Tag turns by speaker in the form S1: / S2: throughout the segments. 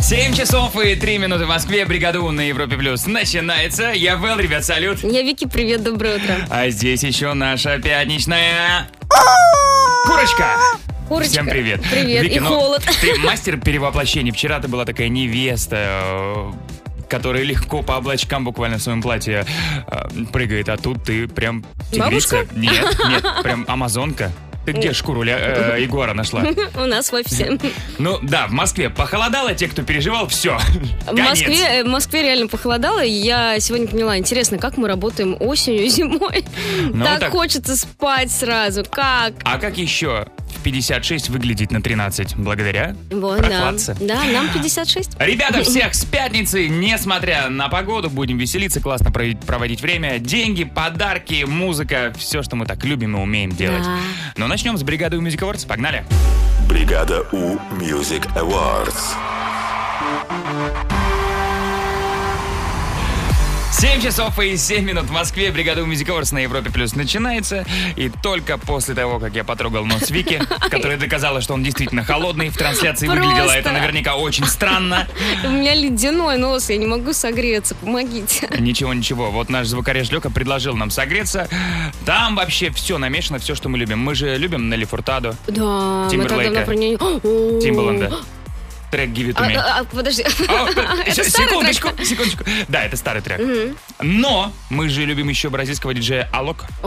S1: 7 часов и 3 минуты в Москве. Бригаду на Европе Плюс начинается. Я Вэл, ребят, салют.
S2: Я Вики, привет, доброе утро.
S1: А здесь еще наша пятничная... Курочка!
S2: Курочка.
S1: Всем привет.
S2: Привет,
S1: Вики,
S2: и
S1: ну,
S2: холод.
S1: Ты мастер перевоплощений. Вчера ты была такая невеста, э, которая легко по облачкам буквально в своем платье э, прыгает, а тут ты прям тигрица.
S2: Бабушка?
S1: Нет, нет, прям амазонка. Ты где шкуру ля- э, ягуара нашла?
S2: У нас в офисе.
S1: Ну да, в Москве похолодало, те, кто переживал, все.
S2: В Москве, э, в Москве реально похолодало, и я сегодня поняла, интересно, как мы работаем осенью и зимой.
S1: Ну,
S2: так,
S1: так.
S2: хочется спать сразу, как?
S1: А как еще в 56 выглядит на 13? Благодаря
S2: Вот, да.
S1: прохладце.
S2: Да, нам 56.
S1: Ребята, всех с пятницы, несмотря на погоду, будем веселиться, классно проводить- проводить время. Деньги, подарки, музыка, все, что мы так любим и умеем делать.
S2: Да.
S1: Но начнем с бригады у Music Awards, погнали.
S3: Бригада У Music Awards.
S1: 7 часов и 7 минут в Москве, бригада у Music Awards на Европе Плюс начинается. И только после того, как я потрогал нос Вики, которая доказала, что он действительно холодный, в трансляции выглядело
S2: Просто.
S1: это наверняка очень странно.
S2: У меня ледяной нос, я не могу согреться, помогите.
S1: Ничего, ничего. Вот наш звукорежь Лёка предложил нам согреться. Там вообще все намешано, все, что мы любим. Мы же любим Нелли Фуртадо,
S2: Да, мы так
S1: Тимберлейка.
S2: давно про нее... О!
S1: Тимбаланда. Трек Give It
S2: А,
S1: To Me.
S2: а, а, подожди.
S1: О,
S2: Это
S1: щас,
S2: старый трек?
S1: э, Секундочку, секундочку. Да, это старый трек. Но мы же любим еще бразильского диджея Алок.
S2: О,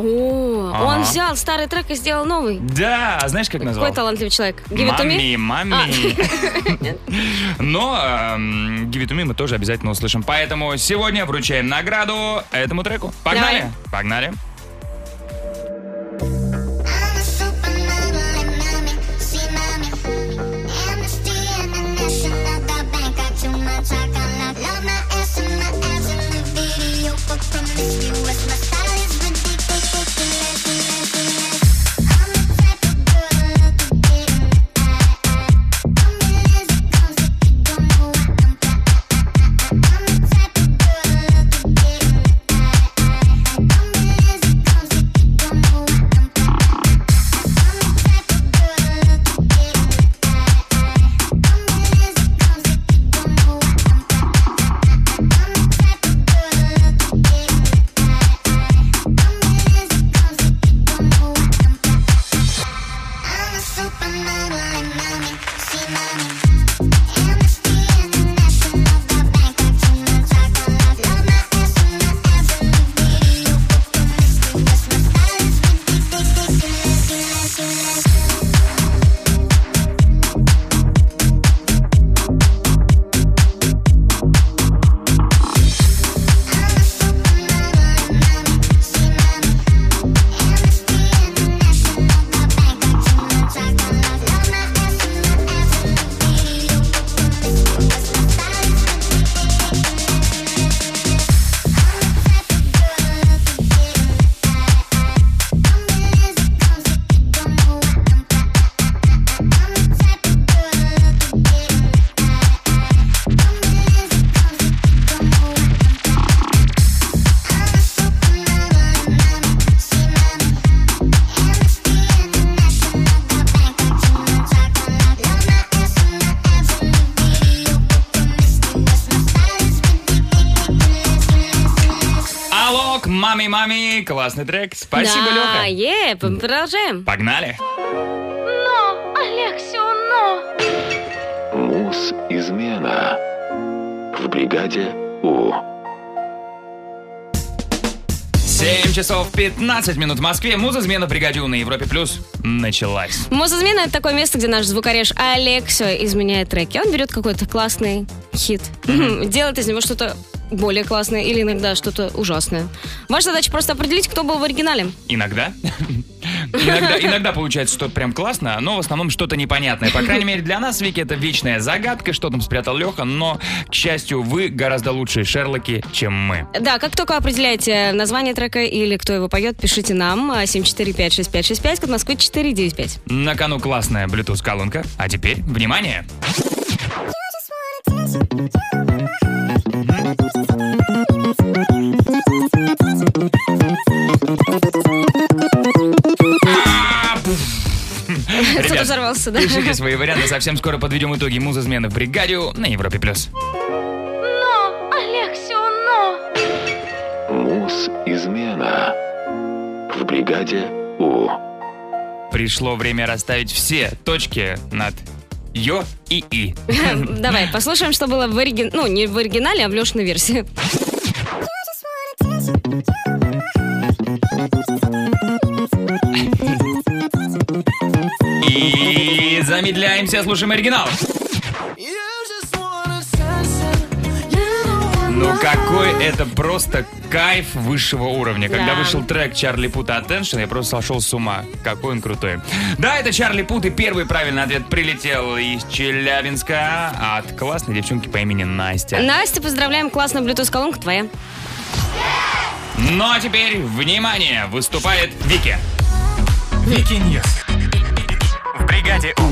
S2: он
S1: Ага.
S2: взял старый трек и сделал новый.
S1: Да, а знаешь, как назвал?
S2: Какой талантливый человек. Give it to me. А.
S1: Мами, мами. Но эм, Give It To Me мы тоже обязательно услышим. Поэтому сегодня вручаем награду этому треку. Погнали!
S2: Давай.
S1: Погнали!
S4: I'm a supernova like mommy, see mommy. Amnesty International, the bank got too much. I got love, love my ass and my ass in the video for promiscuous. My style is ridiculous. I'm the type of girl that can get in the eye. I'm the lazy comes if you don't know why I'm fly. I'm the type of girl that can get in the eye. I'm the lazy comes if you don't know why I'm fly. Thank you
S1: Алок, мами, мами, классный трек. Спасибо, Лёха.
S2: да, е, продолжаем.
S1: Погнали.
S3: Муз Измена. В бригаде У.
S1: 7 часов 15 минут в Москве. Муза измена бригаде «У» на Европе Плюс началась.
S2: Мозизмена — это такое место, где наш звукореж Алексо изменяет треки. Он берет какой-то классный хит, делает из него что-то более классное или иногда что-то ужасное. Ваша задача просто определить, кто был в оригинале.
S1: Иногда. Иногда, иногда получается, что прям классно, но в основном что-то непонятное. По крайней мере, для нас, Вики, это вечная загадка, что там спрятал Леха, но, к счастью, вы гораздо лучшие Шерлоки, чем мы.
S2: Да, как только определяете название трека или кто его поет, пишите нам а, 7456565, код Москвы 495.
S1: На кону классная Bluetooth-колонка. А теперь, внимание!
S2: Кто-то
S1: Ребят,
S2: взорвался, да?
S1: Пишите свои варианты, совсем скоро подведем итоги музызмены в бригаде на Европе+. плюс.
S5: Но, Алексио, но!
S3: Муз-измена в бригаде У.
S1: Пришло время расставить все точки над «ё» и «и».
S2: Давай, послушаем, что было в оригинале. Ну, не в оригинале, а в Лешиной версии.
S1: И замедляемся, слушаем оригинал. Ну какой это просто кайф высшего уровня. Когда
S2: Да.
S1: вышел трек Чарли Пута Attention, я просто сошел с ума. Какой он крутой. Да, это Чарли Пут, и первый правильный ответ прилетел из Челябинска от классной девчонки по имени Настя.
S2: Настя, поздравляем, классная Bluetooth-колонка твоя.
S1: Ну а теперь, внимание, выступает Вики.
S6: Вики Ньюс. В бригаде У.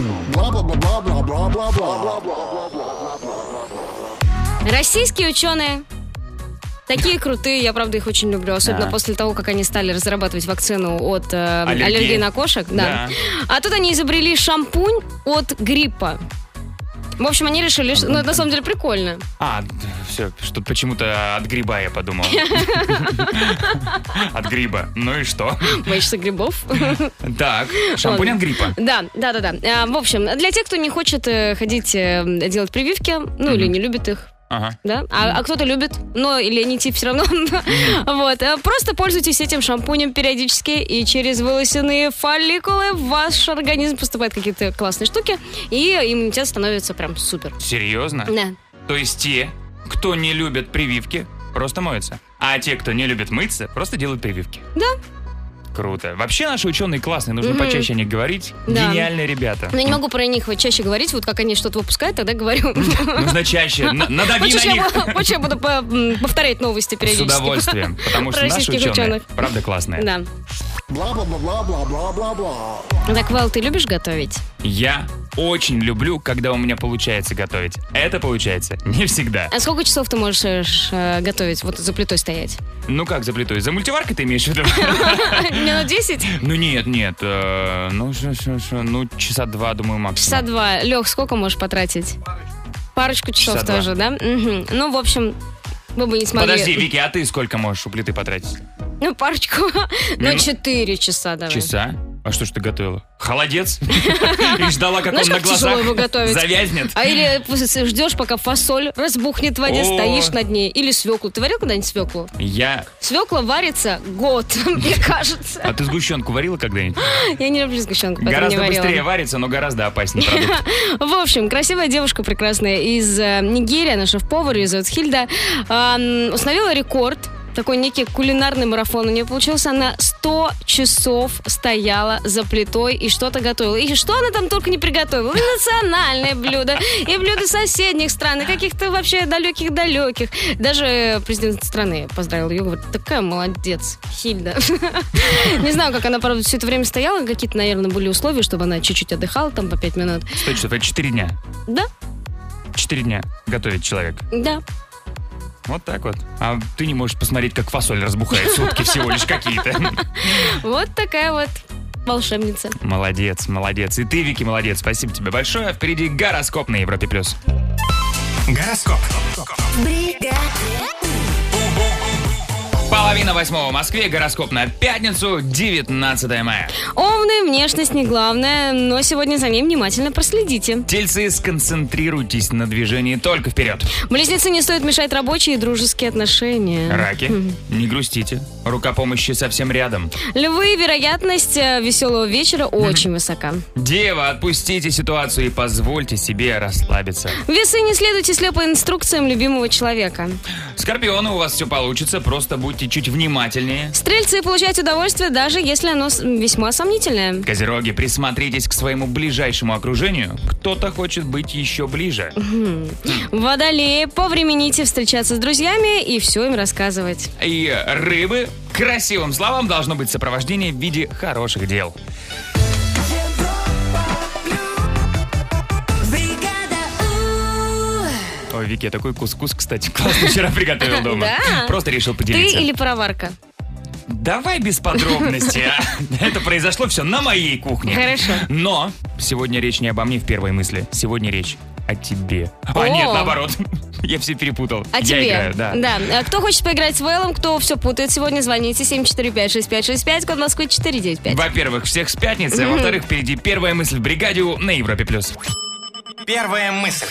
S2: Российские ученые Такие крутые, я правда их очень люблю, особенно после того, как они стали разрабатывать вакцину от э, аллергии. на кошек. Да. А тут они изобрели шампунь от гриппа. В общем, они решили, что... Ну, это на самом деле прикольно.
S1: А, все, что почему-то от гриба я подумал. От гриба. Ну и что?
S2: Боишься грибов?
S1: Так, шампунь от гриппа.
S2: Да, да, да, да. А, в общем, для тех, кто не хочет э, ходить э, делать прививки, ну или не любит их.
S1: Ага.
S2: Да? А, а кто-то любит, но или не тип все равно. вот. э, Просто пользуйтесь этим шампунем периодически, и через вылысенные фолликулы в ваш организм поступают какие-то классные штуки, и иммунитет становится прям супер.
S1: Серьезно?
S2: Да.
S1: То есть те, кто не любит прививки, просто моются. А те, кто не любит мыться, просто делают прививки.
S2: Да.
S1: Круто. Вообще наши ученые классные, нужно почаще о них говорить.
S2: Да.
S1: Гениальные ребята.
S2: Но я не могу про них вот чаще говорить, вот как они что-то выпускают, тогда говорю.
S1: Нужно чаще. На- Надави
S2: Хочешь,
S1: на
S2: я
S1: них.
S2: буду- хочешь, я буду по- м, повторять новости
S1: С
S2: периодически?
S1: удовольствием. Потому что наши
S2: Российских
S1: ученые,
S2: ученых.
S1: правда классные.
S2: Да. Так, Вал, ты любишь готовить?
S1: Я очень люблю, когда у меня получается готовить. Это получается не всегда.
S2: А сколько часов ты можешь э, ш- э, готовить, вот за плитой стоять?
S1: Ну как заплетусь? За мультиваркой ты имеешь в виду?
S2: Минут 10?
S1: Ну нет, нет. э, Ну, шо- шо- шо, ну часа два, думаю, максимум.
S2: Часа два. Лех, сколько можешь потратить? Парочку часов
S1: Часа два.
S2: тоже, да? Мгм. Ну, в общем, вы бы не смогли.
S1: Подожди, Вики, а ты сколько можешь у плиты потратить?
S2: Ну, парочку. Ну,
S1: Мину-
S2: четыре часа давай.
S1: Часа? А что ж ты готовила? Холодец? И ждала, как
S2: Знаешь,
S1: он на
S2: как тяжело его
S1: глазах
S2: готовить?
S1: завязнет?
S2: А или пс- ждешь, пока фасоль разбухнет в воде,
S1: О.
S2: стоишь над ней. Или свеклу. Ты варил когда-нибудь свеклу?
S1: Я...
S2: Свекла варится год, мне кажется.
S1: А ты сгущенку варила когда-нибудь?
S2: Я не люблю сгущенку, поэтому
S1: Гораздо
S2: не варила.
S1: быстрее варится, но гораздо опаснее продукт.
S2: В общем, красивая девушка прекрасная из э, Нигерии, она шеф-повар, ее зовут Хильда, эм, установила рекорд. Такой некий кулинарный марафон у нее получился. Она 100 часов стояла за плитой и что-то готовила. И что она там только не приготовила. И национальное блюдо, и блюда соседних стран, и каких-то вообще далеких-далеких. Даже э, президент страны поздравил ее, говорит, такая молодец, Хильда. Не знаю, как она, правда, все это время стояла. Какие-то, наверное, были условия, чтобы она чуть-чуть отдыхала там по 5 минут.
S1: Сто часов, это четыре дня.
S2: Да,
S1: Четыре дня готовит человек.
S2: да.
S1: Вот так вот. А ты не можешь посмотреть, как фасоль разбухает. Сутки всего лишь какие-то.
S2: Вот такая вот волшебница.
S1: Молодец, молодец. И ты, Вики, молодец. Спасибо тебе большое. Впереди гороскоп на Европе+. плюс.
S6: Гороскоп.
S1: Половина восьмого в Москве. Гороскоп на пятницу, 19 мая.
S2: Умная внешность не главное, но сегодня за ней внимательно проследите.
S1: Тельцы, сконцентрируйтесь на движении только вперед.
S2: Близнецы не стоит мешать рабочие и дружеские отношения.
S1: Раки, не грустите. Рука помощи совсем рядом.
S2: Львы, вероятность э, веселого вечера очень высока.
S1: Дева, отпустите ситуацию и позвольте себе расслабиться.
S2: Весы не следуйте слепо инструкциям любимого человека.
S1: Скорпионы, у вас все получится, просто будьте чуть внимательнее.
S2: Стрельцы получают удовольствие, даже если оно с- весьма сомнительное.
S1: Козероги, присмотритесь к своему ближайшему окружению. Кто-то хочет быть еще ближе.
S2: Водолеи, повремените встречаться с друзьями и все им рассказывать.
S1: И рыбы, красивым словам должно быть сопровождение в виде хороших дел. Ой, Вики, я такой кускус, кстати, классно вчера приготовил дома.
S2: Да?
S1: Просто решил
S2: Ты
S1: поделиться.
S2: или пароварка?
S1: Давай без подробностей. а. Это произошло все на моей кухне.
S2: Хорошо.
S1: Но сегодня речь не обо мне в первой мысли. Сегодня речь о тебе. А
S2: О.
S1: нет, наоборот. Я все перепутал.
S2: А
S1: Я
S2: тебе?
S1: играю, да.
S2: А Кто хочет поиграть с Вэлом, кто все путает сегодня, звоните 745-6565, код Москвы 495.
S1: Во-первых, всех с пятницы, а во-вторых, впереди первая мысль в бригаде У на Европе плюс.
S6: Первая мысль.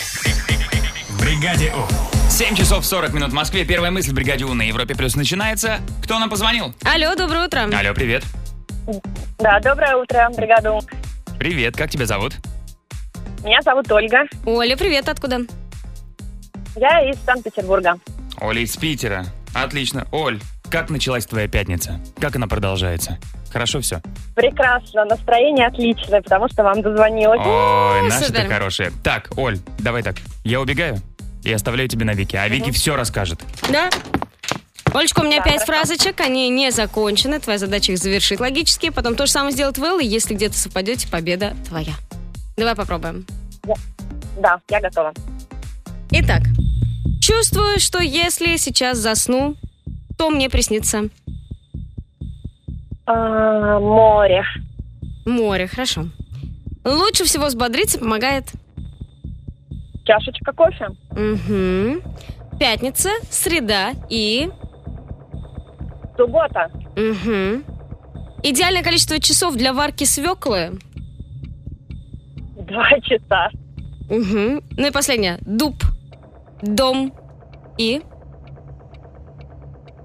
S6: В бригаде У.
S1: 7 часов 40 минут в Москве. Первая мысль в бригаде У на Европе плюс начинается. Кто нам позвонил?
S2: Алло, доброе утро.
S1: Алло, привет.
S7: Да, доброе утро, бригаду.
S1: Привет, как тебя зовут?
S7: Меня зовут Ольга.
S2: Оля, привет, откуда?
S7: Я из Санкт-Петербурга.
S1: Оля из Питера. Отлично. Оль, как началась твоя пятница? Как она продолжается? Хорошо все?
S7: Прекрасно, настроение отличное, потому что вам дозвонилась.
S1: А? Ой, наши ты
S2: супер.
S1: хорошие. Так, Оль, давай так. Я убегаю и оставляю тебе на Вики. А Вики все расскажет.
S2: Да. Олечка, у меня пять фразочек, они не закончены, твоя задача их завершить логически, потом то же самое сделает Вэлл, и если где-то совпадете, победа твоя. Давай попробуем.
S7: Да, я готова.
S2: Итак, чувствую, что если сейчас засну, то мне приснится
S7: А, море.
S2: море, хорошо. Лучше всего взбодриться помогает
S7: Чашечка кофе.
S2: Мгм. Пятница, среда и...
S7: Суббота.
S2: Мгм. Идеальное количество часов для варки свеклы.
S7: Два часа.
S2: Мгм. Ну и последнее. Дуб, дом и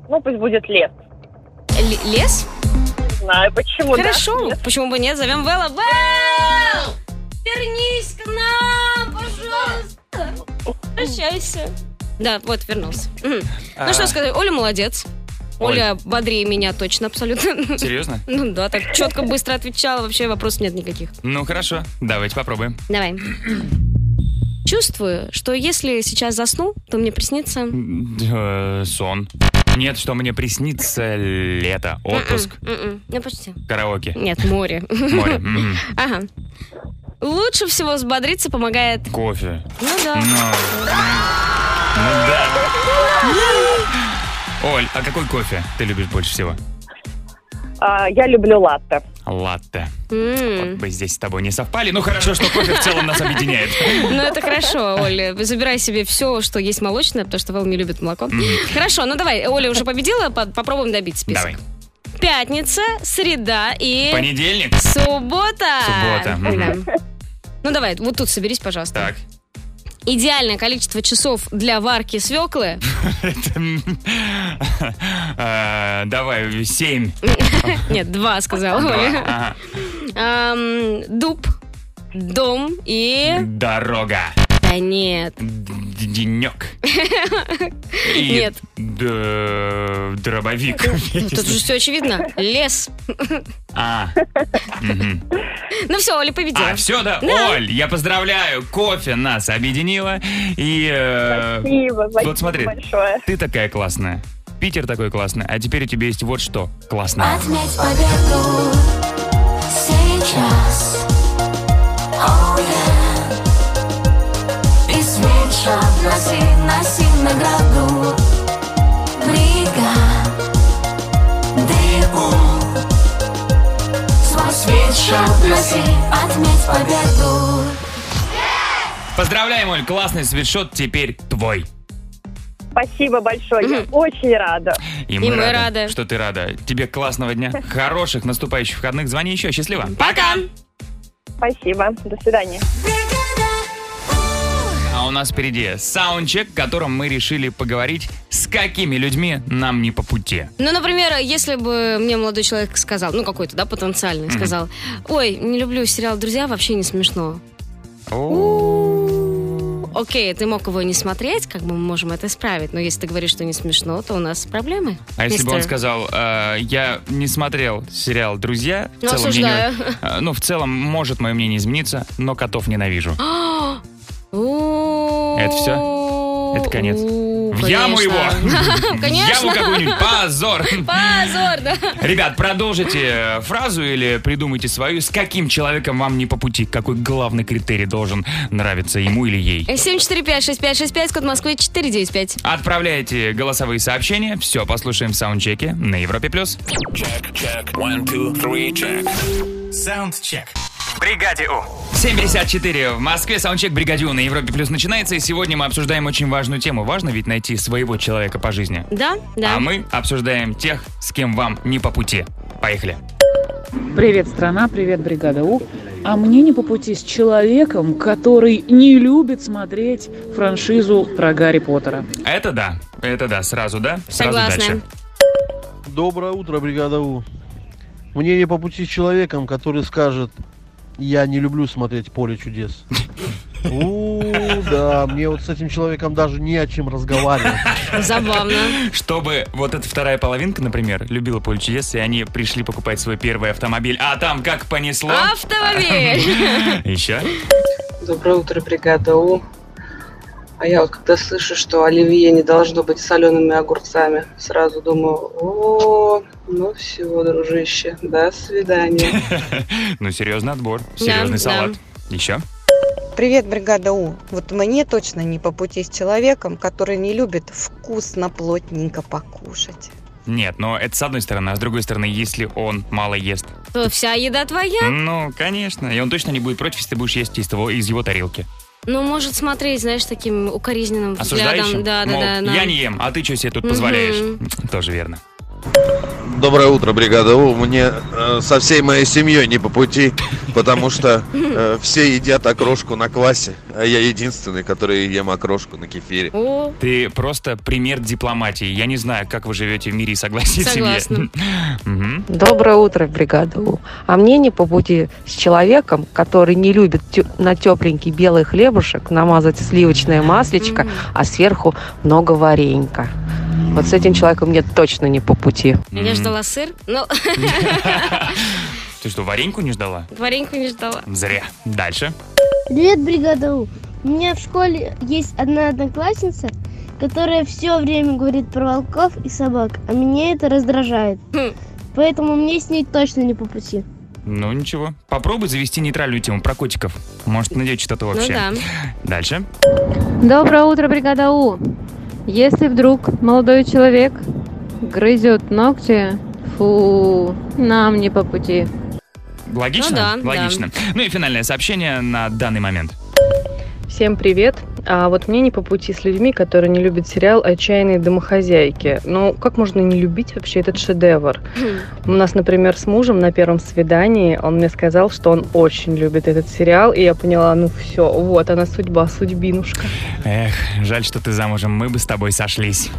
S7: Ну, пусть будет лес.
S2: л- лес.
S7: Не знаю, почему. да.
S2: Хорошо.
S7: Лес.
S2: Почему бы нет? Зовем Вэлла. Вэлл! Вернись к нам, пожалуйста. Прощайся. Да, вот, вернулся. Мгм.
S7: А.
S2: Ну что сказать, Оля молодец.
S1: Оль.
S2: Оля бодрее меня точно, абсолютно.
S1: Серьезно?
S2: Ну да, так четко, быстро отвечала, вообще вопросов нет никаких.
S1: Ну хорошо, давайте попробуем.
S2: Давай. Чувствую, что если сейчас засну, то мне приснится...
S1: М, э, Сон. Нет, что мне приснится лето, отпуск,
S2: М-м, Ну, почти.
S1: караоке,
S2: Нет, море.
S1: море, М-м. м,
S2: Ага. Лучше всего взбодриться помогает...
S1: кофе.
S2: Ну да.
S1: Ну, ну да. Оль, а какой кофе ты любишь больше всего?
S7: А, я люблю латте.
S1: Латте.
S2: М.
S1: Вот бы здесь с тобой не совпали. Ну хорошо, что кофе в целом нас объединяет.
S2: Ну, это хорошо, Оля. Забирай себе все, что есть молочное, потому что Вэл не любит молоко. Хорошо, ну давай, Оля уже победила, по- попробуем добить список.
S1: Давай.
S2: Пятница, среда и...
S1: Понедельник.
S2: Суббота.
S1: Суббота, мгм.
S2: Да. Ну давай, вот тут соберись,
S1: Так.
S2: пожалуйста. Идеальное количество часов для варки свеклы.
S1: Э, Давай, семь.
S2: Нет, два, сказала Оля.
S1: Два.
S2: Ам, Дуб, дом и...
S1: Ага. Дорога.
S2: Да нет.
S1: Д- Денек. И
S2: Нет.
S1: д- Дробовик.
S2: Ну, Тут же все очевидно. Лес.
S1: А,
S2: Ну все, Оля победила.
S1: а, все, да.
S2: Да.
S1: Оль, я поздравляю. Кофе нас объединило. И э,
S7: Спасибо, спасибо
S1: вот смотри,
S7: большое.
S1: ты такая классная. Питер такой классный. А теперь у тебя есть вот что классное.
S4: Отметь победу сейчас. Oh, yeah. И свечу относи, носи награду. Бригаду. Свой свечу относи, отметь победу.
S1: Поздравляем, Оль, классный свитшот теперь твой.
S7: Спасибо большое. Я очень рада.
S1: И
S2: мы рады.
S1: что ты рада. Тебе классного дня, хороших наступающих выходных. Звони еще, счастливо.
S2: Пока.
S7: Спасибо. До свидания.
S1: А у нас впереди саундчек, в котором мы решили поговорить, с какими людьми нам не по пути.
S2: Ну, например, если бы мне молодой человек сказал, ну, какой-то, да, потенциальный, сказал, ой, не люблю сериал «Друзья», вообще не смешно. Окей, ты мог его не смотреть, как бы мы можем это исправить. Но если ты говоришь, что не смешно, то у нас проблемы.
S1: А если бы он
S2: мистер.
S1: сказал, «Э, я не смотрел сериал «Друзья», в
S2: Ну,
S1: целом
S2: осуждаю.
S1: мнению- э, ну, в целом, может мое мнение измениться, но котов ненавижу.
S2: Это
S1: Это всё? Это конец.
S2: яму,
S1: В яму
S2: конечно.
S1: его.
S2: Конечно.
S1: Яму какую-нибудь. Позор.
S2: Позор, да.
S1: Ребят, продолжите э, фразу или придумайте свою. С каким человеком вам не по пути? Какой главный критерий должен нравиться ему или ей?
S2: 745-6565, код Москвы 495.
S1: Отправляйте голосовые сообщения. Все, послушаем в саундчеке на Европе+. плюс.
S8: Саундчек. Бригаде У.
S1: 74 в Москве. Саундчек «Бригадю» на Европе+. плюс начинается. И сегодня мы обсуждаем очень важную тему. Важно ведь найти своего человека по жизни.
S2: Да, да.
S1: А мы обсуждаем тех, с кем вам не по пути. Поехали.
S9: Привет, страна, привет, бригада У. А мне не по пути с человеком, который не любит смотреть франшизу про Гарри Поттера.
S1: Это да. Это да. Сразу да. Сразу
S2: Согласна.
S1: дальше.
S3: Доброе утро, бригада У. Мне не по пути с человеком, который скажет, я не люблю смотреть поле чудес. У, да, мне вот с этим человеком даже не о чем разговаривать.
S2: Забавно.
S1: Чтобы вот эта вторая половинка, например, любила поле чудес, и они пришли покупать свой первый автомобиль. А там как понесло?
S2: Автомобиль.
S1: Еще?
S7: Доброе утро, бригада У. А я вот когда слышу, что оливье не должно быть солеными огурцами, сразу думаю, о, ну все, дружище, до свидания.
S1: Ну, серьезный отбор. Серьезный
S2: Да,
S1: салат. Еще?
S7: Привет, бригада У. Вот мне точно не по пути с человеком, который не любит вкусно, плотненько покушать.
S1: Нет, но это с одной стороны, а с другой стороны, если он мало ест.
S2: То вся еда твоя.
S1: Ну, конечно. И он точно не будет против, если ты будешь есть из его, из его тарелки.
S2: Ну, может смотреть, знаешь, таким укоризненным
S1: Осуждающим?
S2: взглядом. Да, да,
S1: Мол,
S2: да. да.
S1: Я не ем, а ты что себе тут позволяешь? Тоже верно.
S3: Доброе утро, бригада У. Мне э, со всей моей семьей не по пути, потому что э, все едят окрошку на квасе, а я единственный, который ем окрошку на кефире.
S2: О,
S1: Ты просто пример дипломатии. Я не знаю, как вы живете в мире и согласии в семье.
S2: Согласна.
S1: Мгм.
S7: Доброе утро, бригада У. А мне не по пути с человеком, который не любит тё- на тепленький белый хлебушек намазать сливочное маслечко,
S2: М.
S7: а сверху много варенька. Вот с этим человеком мне точно не по пути.
S2: я ждала сыр, но
S1: Ты что, вареньку не ждала?
S2: вареньку не ждала.
S1: Зря. Дальше.
S4: Привет, бригада У. У меня в школе есть одна одноклассница, которая все время говорит про волков и собак, а меня это раздражает.
S2: Хм.
S4: Поэтому мне с ней точно не по пути.
S1: Ну, ничего. Попробуй завести нейтральную тему про котиков. Может, найдете что-то
S2: Ну
S1: вообще.
S2: да.
S1: Дальше.
S10: Доброе утро, бригада У. Если вдруг молодой человек грызет ногти, фу, нам не по пути.
S1: Логично?
S2: Ну да,
S1: Логично. Ну и финальное сообщение на данный момент.
S7: Всем привет. А вот мне не по пути с людьми, которые не любят сериал «Отчаянные домохозяйки». Ну, как можно не любить вообще этот шедевр? У нас, например, с мужем на первом свидании он мне сказал, что он очень любит этот сериал, и я поняла, ну все, вот она судьба, судьбинушка.
S1: Эх, жаль, что ты замужем. Мы бы с тобой сошлись.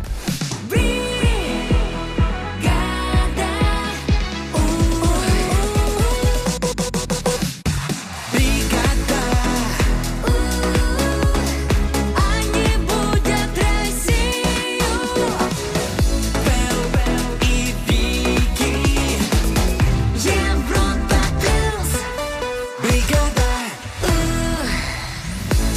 S4: Uh, Европа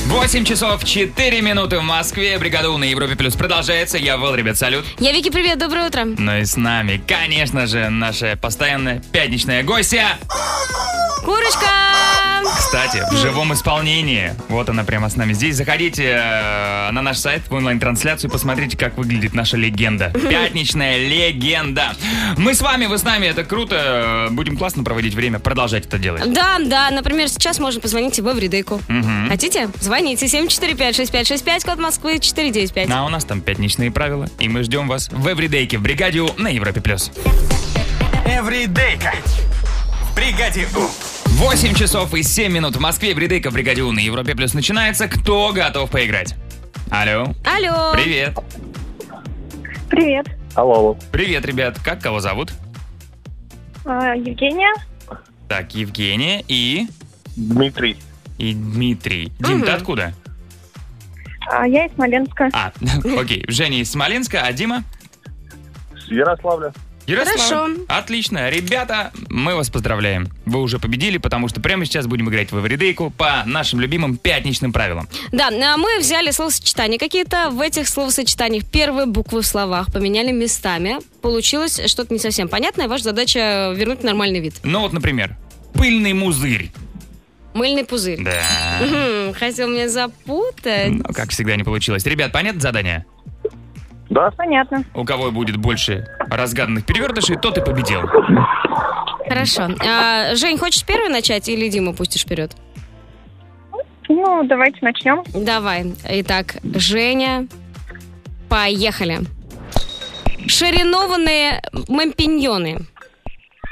S1: 8 часов 4 минуты в Москве. Бригада У на Европе Плюс продолжается. Я Вал, ребят, салют.
S2: Я Вики, привет, доброе утро.
S1: Ну и с нами, конечно же, наша постоянная пятничная гостья.
S2: Курочка!
S1: Кстати, в живом исполнении. Вот она прямо с нами здесь. Заходите э, на наш сайт в онлайн-трансляцию и посмотрите, как выглядит наша легенда. Пятничная легенда. Мы с вами, вы с нами, это круто. Будем классно проводить время, продолжать это делать.
S2: Да, да, например, сейчас можно позвонить его в Ридейку.
S1: Мгм.
S2: Хотите? Звоните 745-6565, код Москвы 495.
S1: А у нас там пятничные правила, и мы ждем вас в Эвридейке в Бригаде У на Европе+. плюс.
S8: Эвридейка. В бригаде У.
S1: 8 часов и 7 минут в Москве. Эвридейка в Бригаде У на Европе+. плюс начинается. Кто готов поиграть? Алло.
S2: Алло.
S1: Привет.
S11: Привет,
S12: Алло,
S1: Привет, ребят. Как кого зовут?
S11: а, Евгения.
S1: Так, Евгения и...
S12: Дмитрий.
S1: И Дмитрий. Дим, ты
S2: Мгм.
S1: откуда?
S11: А, я из Смоленска.
S1: А, окей. Женя из Смоленска, а Дима?
S12: С Ярославля.
S1: Ярослав,
S2: Хорошо.
S1: Отлично. Ребята, мы вас поздравляем. Вы уже победили, потому что прямо сейчас будем играть в эвридейку по нашим любимым пятничным правилам.
S2: Да, а мы взяли словосочетания какие-то. В этих словосочетаниях первые буквы в словах поменяли местами. Получилось что-то не совсем понятное. Ваша задача вернуть нормальный вид.
S1: Ну вот, например, пыльный музырь.
S2: Мыльный пузырь.
S1: Да.
S2: Мгм, Хотел меня запутать.
S1: Но, как всегда, не получилось. Ребят, понятно задание?
S7: Понятно.
S1: У кого будет больше разгаданных перевертышей, тот и победил.
S2: Хорошо. А, Жень, хочешь первый начать или Дима пустишь вперед?
S7: Ну, давайте начнем.
S2: Давай. Итак, Женя, поехали. Шаринованные мампиньоны.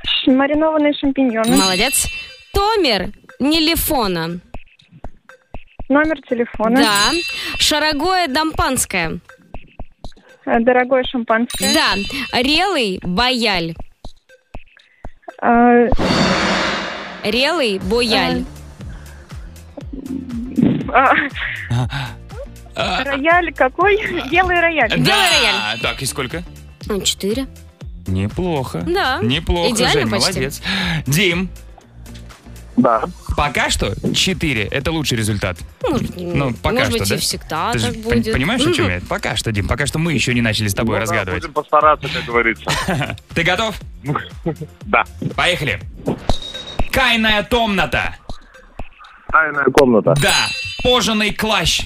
S7: Ш- Маринованные шампиньоны.
S2: Молодец. Томер нелефона.
S7: Номер телефона.
S2: Да. Шарогое дампанское.
S7: Э, Дорогое шампанское.
S2: Да. Релый бояль.
S7: Э,
S2: Релый бояль.
S7: а, Рояль какой? Белый рояль.
S1: А. Да,
S2: рояль.
S1: Так, и сколько?
S2: А, Четыре.
S1: Неплохо.
S2: Да.
S1: Неплохо,
S2: Идеально
S1: Жень,
S2: почти.
S1: молодец. Дим,
S3: Да.
S1: пока что 4. Это лучший результат.
S2: Ну, Может,
S1: Ну, пока
S2: может
S1: что,
S2: быть,
S1: да?
S2: и всегда
S1: Ты же
S2: так
S1: пон-
S2: будет.
S1: понимаешь, о чем
S2: Мгм.
S1: я? Пока что, Дим, пока что мы еще не начали с тобой разгадывать.
S3: Ну, Будем постараться, как говорится.
S1: Ты готов?
S3: Да.
S1: Поехали. Кайная томната.
S3: Тайная комната.
S1: Да. Кожаный клащ.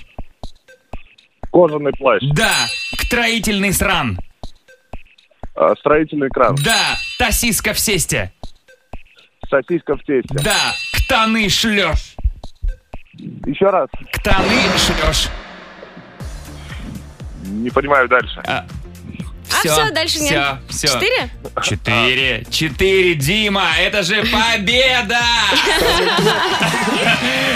S3: Кожаный плащ.
S1: Да. Ктроительный сран.
S3: э, Строительный кран.
S1: Да. Тосиска в сесте.
S3: Сосиска в тесте.
S1: Да. Ктаны шлешь.
S3: Еще раз.
S1: Ктаны шлешь.
S3: Не понимаю дальше.
S2: А все, дальше нет.
S1: Все, все.
S2: Четыре?
S1: Четыре. Четыре, Дима. Это же победа!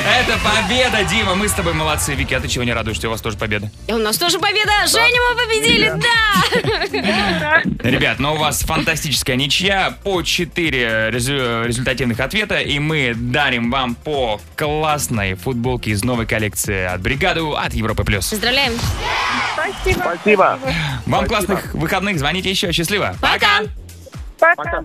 S1: Это победа, Дима. Мы с тобой молодцы. Вики, а ты чего не радуешься? У вас тоже победа.
S2: И у нас тоже победа. Женя, мы победили, да!
S1: Ребят, но у вас фантастическая ничья по 4 результативных ответа, и мы дарим вам по классной футболке из новой коллекции от бригады У» от Европы плюс.
S2: Поздравляем.
S7: Спасибо.
S3: Спасибо.
S1: Вам классных выходных, звоните еще, счастливо.
S2: Пока.
S7: Пока.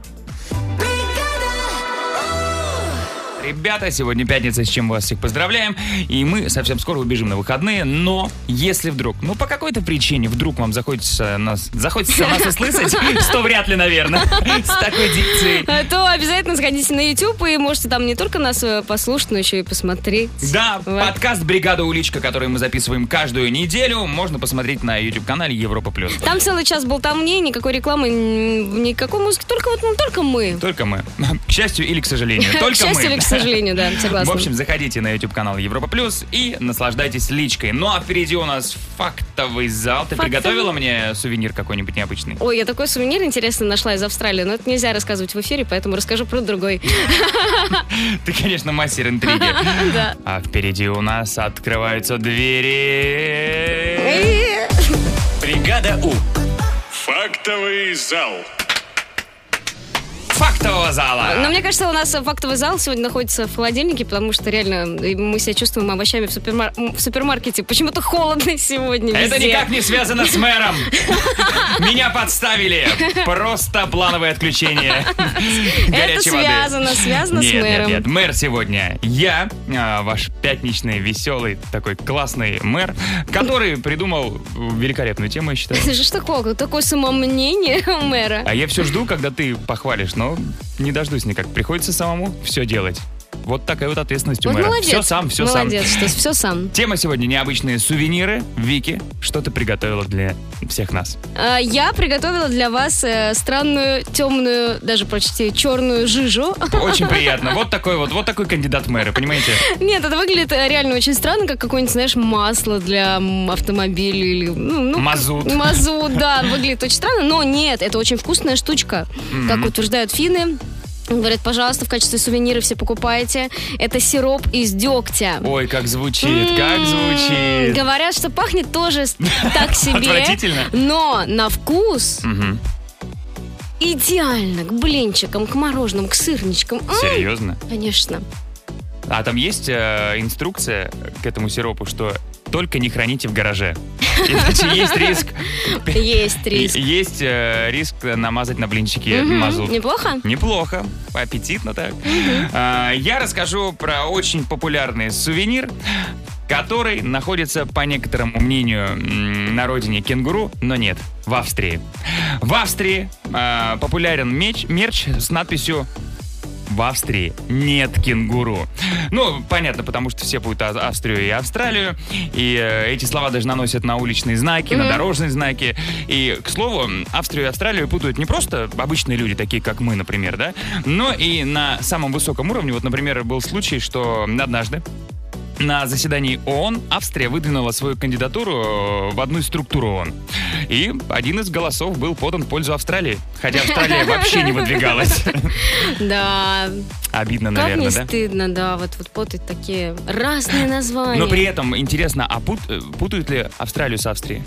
S1: Ребята, сегодня пятница, с чем вас всех поздравляем. И мы совсем скоро убежим на выходные, но если вдруг, ну по какой-то причине, вдруг вам захочется нас, захочется нас услышать, что вряд ли, наверное, с такой дикцией.
S2: Э, то обязательно сходите на YouTube и можете там не только нас э, послушать, но еще и посмотреть.
S1: Да,
S2: Вот.
S1: подкаст «Бригада Уличка», который мы записываем каждую неделю, можно посмотреть на YouTube-канале Европа+. плюс.
S2: Там целый час болтовни, никакой рекламы, м, никакой музыки, только вот ну, только мы.
S1: Только мы. К счастью или к сожалению. Только
S2: к счастью
S1: мы.
S2: или к сожалению, да, согласна.
S1: В общем, заходите на YouTube-канал Европа Плюс и наслаждайтесь личкой. Ну а впереди у нас фактовый зал. Ты
S2: Фактовый?
S1: приготовила мне сувенир какой-нибудь необычный?
S2: Ой, я такой сувенир интересно нашла из Австралии, но это нельзя рассказывать в эфире, поэтому расскажу про другой.
S1: Ты, конечно, мастер интриги. А впереди у нас открываются двери. Бригада У.
S13: Фактовый зал.
S1: Фактового зала.
S2: Но мне кажется, у нас фактовый зал сегодня находится в холодильнике, потому что реально э, мы себя чувствуем овощами в, супермар- м, в супермаркете. Почему-то холодно сегодня
S1: Это
S2: везде.
S1: никак не связано с мэром. Меня подставили. Просто плановое отключение
S2: Это
S1: горячей воды.
S2: связано, связано с
S1: Нет,
S2: мэром.
S1: Нет, нет, мэр сегодня. Я, а, ваш пятничный, веселый, такой классный мэр, который придумал великолепную тему, я считаю.
S2: Это же что такое? Такое самомнение у мэра.
S1: А я все жду, когда ты похвалишь, но не дождусь никак. Приходится самому все делать. Вот такая вот ответственность у
S2: Вот
S1: мэра.
S2: молодец.
S1: Все сам, все сам.
S2: Молодец, что все сам.
S1: Тема сегодня необычные сувениры. Вики, что ты приготовила для всех нас?
S2: А, Я приготовила для вас э, странную, темную, даже почти черную жижу.
S1: Очень приятно. Вот такой вот, вот такой кандидат в мэры, понимаете?
S2: Нет, это выглядит э, реально очень странно, как какое-нибудь, знаешь, масло для м, автомобиля или... ну, ну,
S1: Мазут.
S2: как- Мазут, да, выглядит очень странно, но нет, это очень вкусная штучка, как утверждают финны. Говорят, пожалуйста, в качестве сувенира все покупаете. Это сироп из дегтя.
S1: Ой, как звучит, как
S2: М,
S1: звучит.
S2: Говорят, что пахнет тоже с- так себе.
S1: Отвратительно.
S2: Но на вкус
S1: Мгм.
S2: идеально к блинчикам, к мороженым, к сырничкам. М,
S1: Серьезно?
S2: Конечно.
S1: А там есть э, инструкция к этому сиропу, что только не храните в гараже. Иначе есть риск.
S2: Есть риск.
S1: И- Есть э, риск намазать на блинчики
S2: Мгм.
S1: мазут.
S2: Неплохо?
S1: Неплохо, аппетитно так. А, Я расскажу про очень популярный сувенир, который находится, по некоторому мнению, м, на родине кенгуру, но нет, в Австрии. В Австрии а, популярен меч, мерч с надписью в Австрии нет кенгуру. Ну, понятно, потому что все путают А- Австрию и Австралию. И э, эти слова даже наносят на уличные знаки, на
S14: Мгм.
S1: дорожные знаки. И, к слову, м, Австрию и Австралию путают не просто обычные люди, такие как мы, например, да, но и на самом высоком уровне. Вот, например, был случай, что однажды на заседании ООН Австрия выдвинула свою кандидатуру э, в одну из структур ООН. И один из голосов был подан в пользу Австралии. Хотя Австралия вообще не выдвигалась.
S2: Да.
S1: Обидно,
S2: Как
S1: наверное,
S2: не
S1: да?
S2: стыдно, да, вот вот потать такие разные названия.
S1: Но Ну, при этом интересно, а пут- э, путают ли Австралию с Австрией?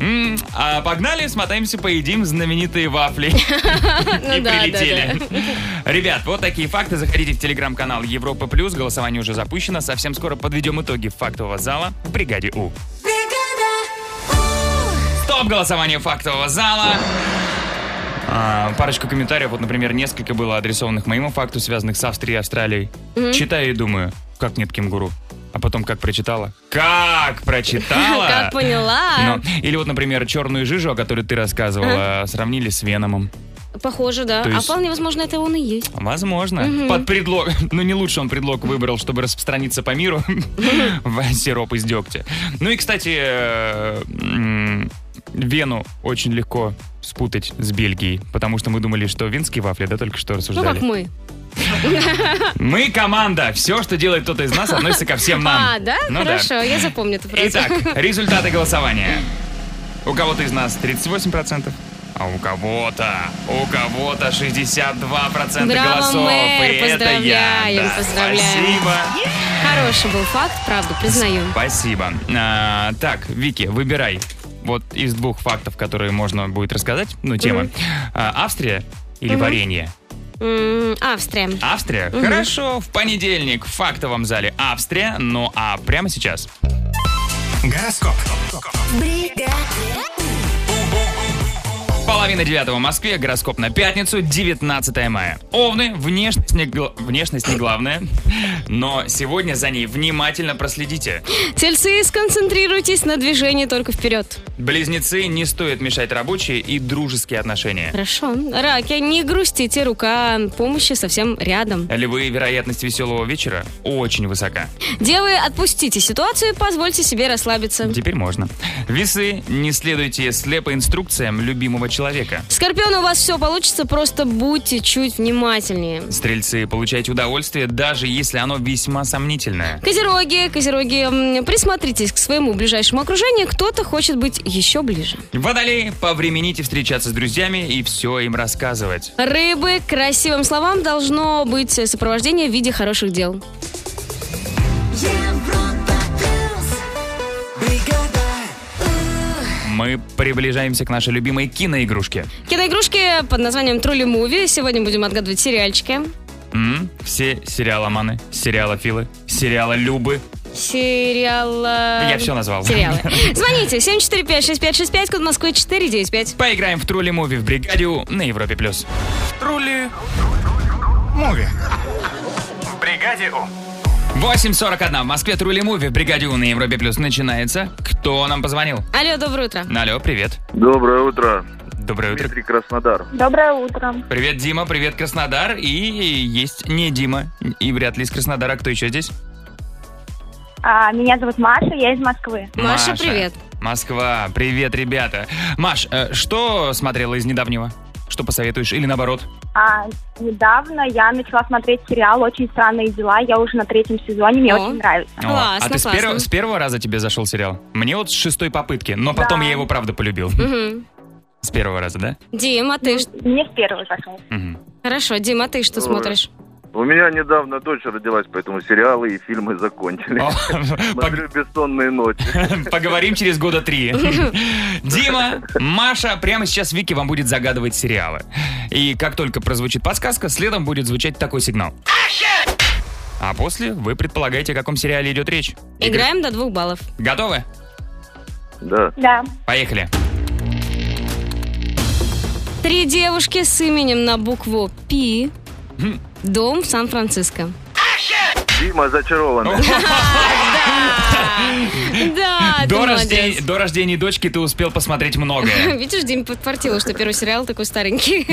S1: М, а погнали, смотаемся, поедим знаменитые вафли.
S2: Ну
S1: И
S2: да, да,
S1: прилетели.
S2: да.
S1: Ребят, вот такие факты. Заходите в телеграм-канал Европа Плюс. Голосование уже запущено. Совсем скоро подведем итоги фактового зала в бригаде У. Стоп голосование фактового зала. А, парочку комментариев, вот, например, несколько было адресованных моему факту, связанных с Австрией и Австралией.
S2: Мгм.
S1: Читаю и думаю, как нет кенгуру. А потом как прочитала? Как прочитала?
S2: Как поняла.
S1: Ну, или вот, например, черную жижу, о которой ты рассказывала, сравнили с веномом.
S2: Похоже, да.
S1: То
S2: А
S1: есть-
S2: вполне возможно, это он и есть.
S1: Возможно.
S2: Мгм.
S1: Под предлог... Ну, не лучше он предлог выбрал, чтобы распространиться по миру в сироп из дегтя. Ну и, кстати, э, м, Вену очень легко спутать с Бельгией, потому что мы думали, что венские вафли, да, только что
S2: Ну,
S1: рассуждали.
S2: как мы.
S1: Мы команда. Все, что делает кто-то из нас, относится ко всем нам.
S2: А, да?
S1: Ну да.
S2: Хорошо, я запомню эту фразу.
S1: Итак, результаты голосования. У кого-то из нас 38%, а у кого-то, у кого-то 62%
S2: Браво,
S1: голосов.
S2: мэр,
S1: и это я.
S2: поздравляем,
S1: да.
S2: поздравляем.
S1: Спасибо.
S2: Хороший был факт, правда, признаю.
S1: Спасибо. А, так, Вики, выбирай. Вот из двух фактов, которые можно будет рассказать, ну, темы.
S2: Мгм.
S1: А, Австрия или
S2: Мгм.
S1: варенье?
S2: М, Австрия.
S1: Австрия?
S2: Мгм.
S1: Хорошо, в понедельник в фактовом зале Австрия, ну а прямо сейчас.
S6: Гороскоп.
S1: Половина девятого в Москве, гороскоп на пятницу, 19 мая. Овны, внешность не, гла- внешность не главное, но сегодня за ней внимательно проследите.
S2: Тельцы, сконцентрируйтесь на движении только вперед.
S1: Близнецы не стоит мешать рабочие и дружеские отношения.
S2: Хорошо. Раки, не грустите, рука помощи совсем рядом.
S1: Львы, вероятность веселого вечера очень высока.
S2: Девы, отпустите ситуацию, позвольте себе расслабиться.
S1: Теперь можно. Весы, не следуйте слепо инструкциям любимого человека.
S2: Скорпион, у вас все получится, просто будьте чуть внимательнее.
S1: Стрельцы, получайте удовольствие, даже если оно весьма сомнительное.
S2: Козероги, козероги, м, присмотритесь к своему ближайшему окружению, кто-то хочет быть еще ближе.
S1: Водолеи, повремените встречаться с друзьями и все им рассказывать.
S2: Рыбы, к красивым словам должно быть сопровождение в виде хороших дел.
S1: Мы приближаемся к нашей любимой киноигрушке.
S2: Киноигрушки под названием Трули Муви. Сегодня будем отгадывать сериальчики.
S1: М? Все сериаломаны, сериалофилы, сериалолюбы.
S2: Сериал... э,
S1: Я все назвал.
S2: Сериалы. Звоните 745-6565, код Москвы 495.
S1: Поиграем в Трули Муви в Бригаде У на Европе+. плюс.
S6: Трули. Муви. В бригаде У.
S1: 8.41 в Москве Трули Муви в Бригаде У на Европе+. плюс начинается. Кто нам позвонил?
S2: Алло, доброе утро.
S1: Алло, привет.
S3: Доброе утро.
S1: Доброе утро.
S3: Дмитрий Краснодар.
S7: Доброе утро.
S1: Привет, Дима, привет, Краснодар. И есть не Дима, и вряд ли из Краснодара. Кто еще здесь?
S7: А, меня зовут Маша, я из Москвы.
S1: Маша, Маша. привет. Москва. Привет, ребята. Маш, э, что смотрела из недавнего? Что посоветуешь? Или наоборот?
S7: А, недавно я начала смотреть сериал «Очень странные дела». Я уже на третьем сезоне, мне
S2: О.
S7: очень нравится.
S1: О, а ты с, перво- с первого раза тебе зашел сериал? Мне вот с шестой попытки, но потом я его правда полюбил.
S2: Мгм.
S1: С первого раза, да?
S2: Дим, а ты...
S7: Ну, Мне в первый зашел.
S1: Мгм.
S2: Хорошо, Дим, а ты что
S3: Ой.
S2: смотришь?
S3: У меня недавно дочь родилась, поэтому сериалы и фильмы
S8: А.
S3: закончились. Смотрю «Бессонные ночи».
S1: Поговорим через года три. Дима, Маша, прямо сейчас Вики вам будет загадывать сериалы. И как только прозвучит подсказка, следом будет звучать такой сигнал. А после вы предполагаете, о каком сериале идет речь.
S2: Играем до двух баллов.
S1: Готовы?
S3: Да.
S7: Да.
S1: Поехали.
S2: Три девушки с именем на букву Пи. Дом в Сан-Франциско.
S3: Дима зачарованный.
S2: Да, А ты
S1: До,
S2: молодец.
S1: рождения, до рождения дочки ты успел посмотреть многое.
S2: Видишь, Дим подфартила, что первый сериал такой старенький.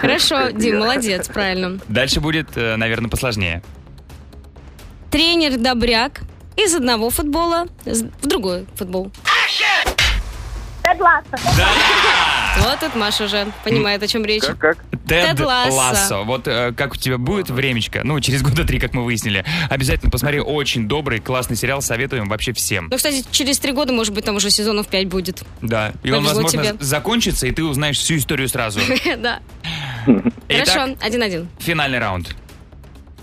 S2: Хорошо, Дим, молодец, правильно.
S1: Дальше будет, э, наверное, посложнее.
S2: Тренер Добряк из одного футбола с- в другой футбол.
S7: Тед Лассо.
S2: Вот тут Маша уже понимает, о чем речь.
S1: Тед,
S2: Тед Лассо.
S1: Вот э, как у тебя будет времечко, ну, через года три, как мы выяснили, обязательно посмотри. Очень добрый, классный сериал. Советуем вообще всем.
S2: Ну, кстати, через три года, может быть, там уже сезонов пять будет.
S1: Да. И он,
S2: Повезло
S1: возможно,
S2: тебе.
S1: закончится, и ты узнаешь всю историю сразу.
S2: Да.
S1: Итак,
S2: Хорошо, один-один.
S1: финальный раунд.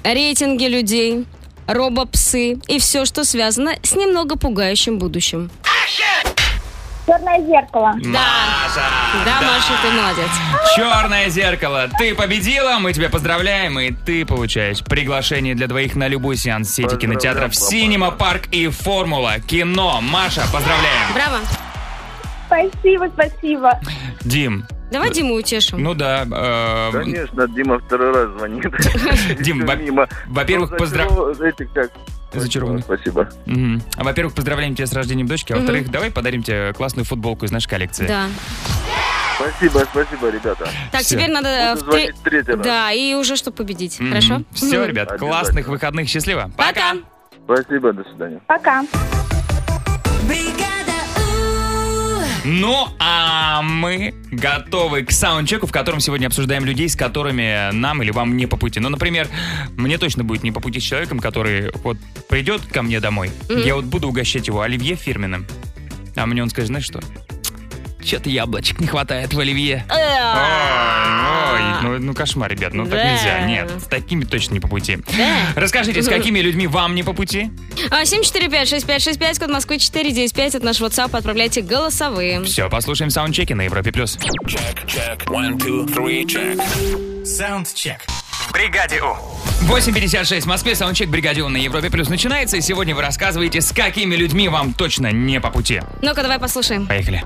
S2: Рейтинги людей, робопсы и все, что связано с немного пугающим будущим.
S7: Черное зеркало.
S1: Маша!
S2: Да, Маша, ты молодец.
S1: Черное зеркало. Ты победила, мы тебя поздравляем, и ты получаешь приглашение для двоих на любой сеанс сети кинотеатров Синема Парк и Формула Кино. Маша, поздравляем.
S2: Браво.
S7: Спасибо, спасибо.
S1: Дим.
S2: Давай Диму утешим.
S1: Ну да. э,
S3: Конечно, Дима второй раз звонит.
S1: Дим, во-
S3: Ну,
S1: во-первых, поздравляю.
S3: Эти как?
S1: Зачарованный.
S3: Спасибо.
S1: Мгм. А, Во-первых, поздравляем тебя с рождением дочки, а
S2: Мгм.
S1: во-вторых, давай подарим тебе классную футболку из нашей коллекции.
S2: Да.
S3: Спасибо, спасибо, ребята.
S2: Так,
S1: Всё.
S2: теперь надо... э,
S3: Буду
S2: в три-
S3: звонить третий раз.
S2: Да, и уже, чтобы победить. Хорошо?
S1: Все,
S2: Мгм.
S1: ребят,
S3: Обязательно.
S1: классных выходных, счастливо.
S2: Пока.
S3: Спасибо, до свидания.
S7: Пока.
S1: Ну, а мы готовы к саундчеку, в котором сегодня обсуждаем людей, с которыми нам или вам не по пути. Ну, например, мне точно будет не по пути с человеком, который вот придет ко мне домой.
S2: Мгм.
S1: Я вот буду угощать его оливье фирменным. А мне он скажет, знаешь что? Че-то яблочек не хватает в оливье. Ой, ой, ну, ну кошмар, ребят, ну так
S2: Да.
S1: нельзя. Нет, с такими точно не по пути. Расскажите, с какими людьми вам не по пути?
S2: А, 745-6565, код Москвы 495, от нашего WhatsApp отправляйте голосовые.
S1: Все, послушаем саундчеки на Европе+. плюс.
S6: Саундчек. В бригаде У.
S1: 8.56 в Москве, саундчек «Бригадион» на Европе Плюс начинается, и сегодня вы рассказываете, с какими людьми вам точно не по пути.
S2: Ну-ка, давай послушаем.
S1: Поехали.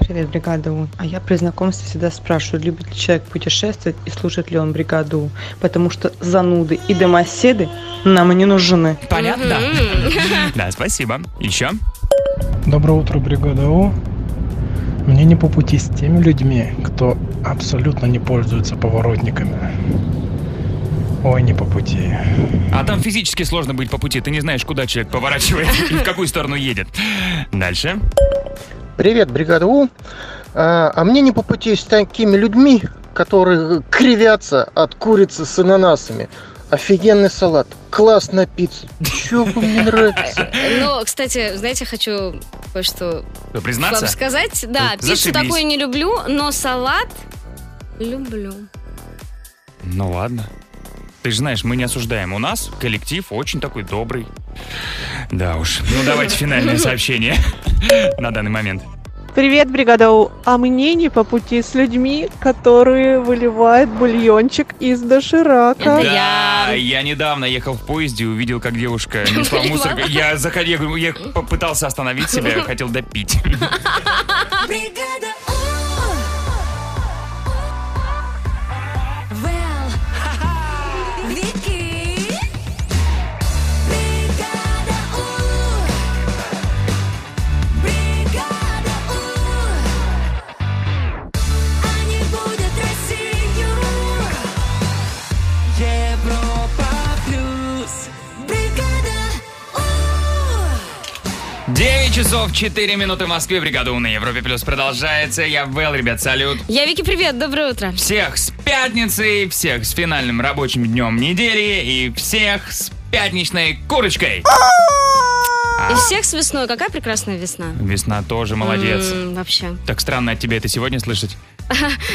S15: Привет, бригаду. А я при знакомстве всегда спрашиваю, любит ли человек путешествовать и служит ли он бригаду. Потому что зануды и домоседы нам не нужны.
S1: Понятно? Да, спасибо. Еще?
S14: Доброе утро, бригада У. Мне не по пути с теми людьми, кто абсолютно не пользуется поворотниками. Ой, не по пути.
S1: А там физически сложно быть по пути, ты не знаешь, куда человек поворачивает и в какую сторону едет. Дальше.
S16: Привет, бригада У. А, а мне не по пути с такими людьми, которые кривятся от курицы с ананасами. Офигенный салат, классная пицца. Чё вам не нравится?
S2: Ну, кстати, знаете, хочу кое-что
S1: Что,
S2: вам
S1: Признаться?
S2: сказать. Да,
S1: Зашибись.
S2: пиццу такую не люблю, но салат люблю.
S1: Ну ладно. Ты же знаешь, мы не осуждаем. У нас коллектив очень такой добрый. Да уж. Ну давайте финальное сообщение на данный момент.
S17: Привет, бригада У. А мне не по пути с людьми, которые выливают бульончик из доширака.
S1: Да, я недавно ехал в поезде, увидел, как девушка несла мусор. Я заходил, я говорю, я попытался остановить себя, хотел допить. Девять часов 4 минуты в Москве. Бригаду на Европе Плюс продолжается. Я Вэл, ребят, салют.
S2: Я Вики, привет, доброе утро.
S1: Всех с пятницей, всех с финальным рабочим днем недели и всех с пятничной курочкой.
S2: И всех с весной. Какая прекрасная весна.
S1: Весна тоже молодец.
S2: М, вообще.
S1: Так странно от тебя это сегодня слышать.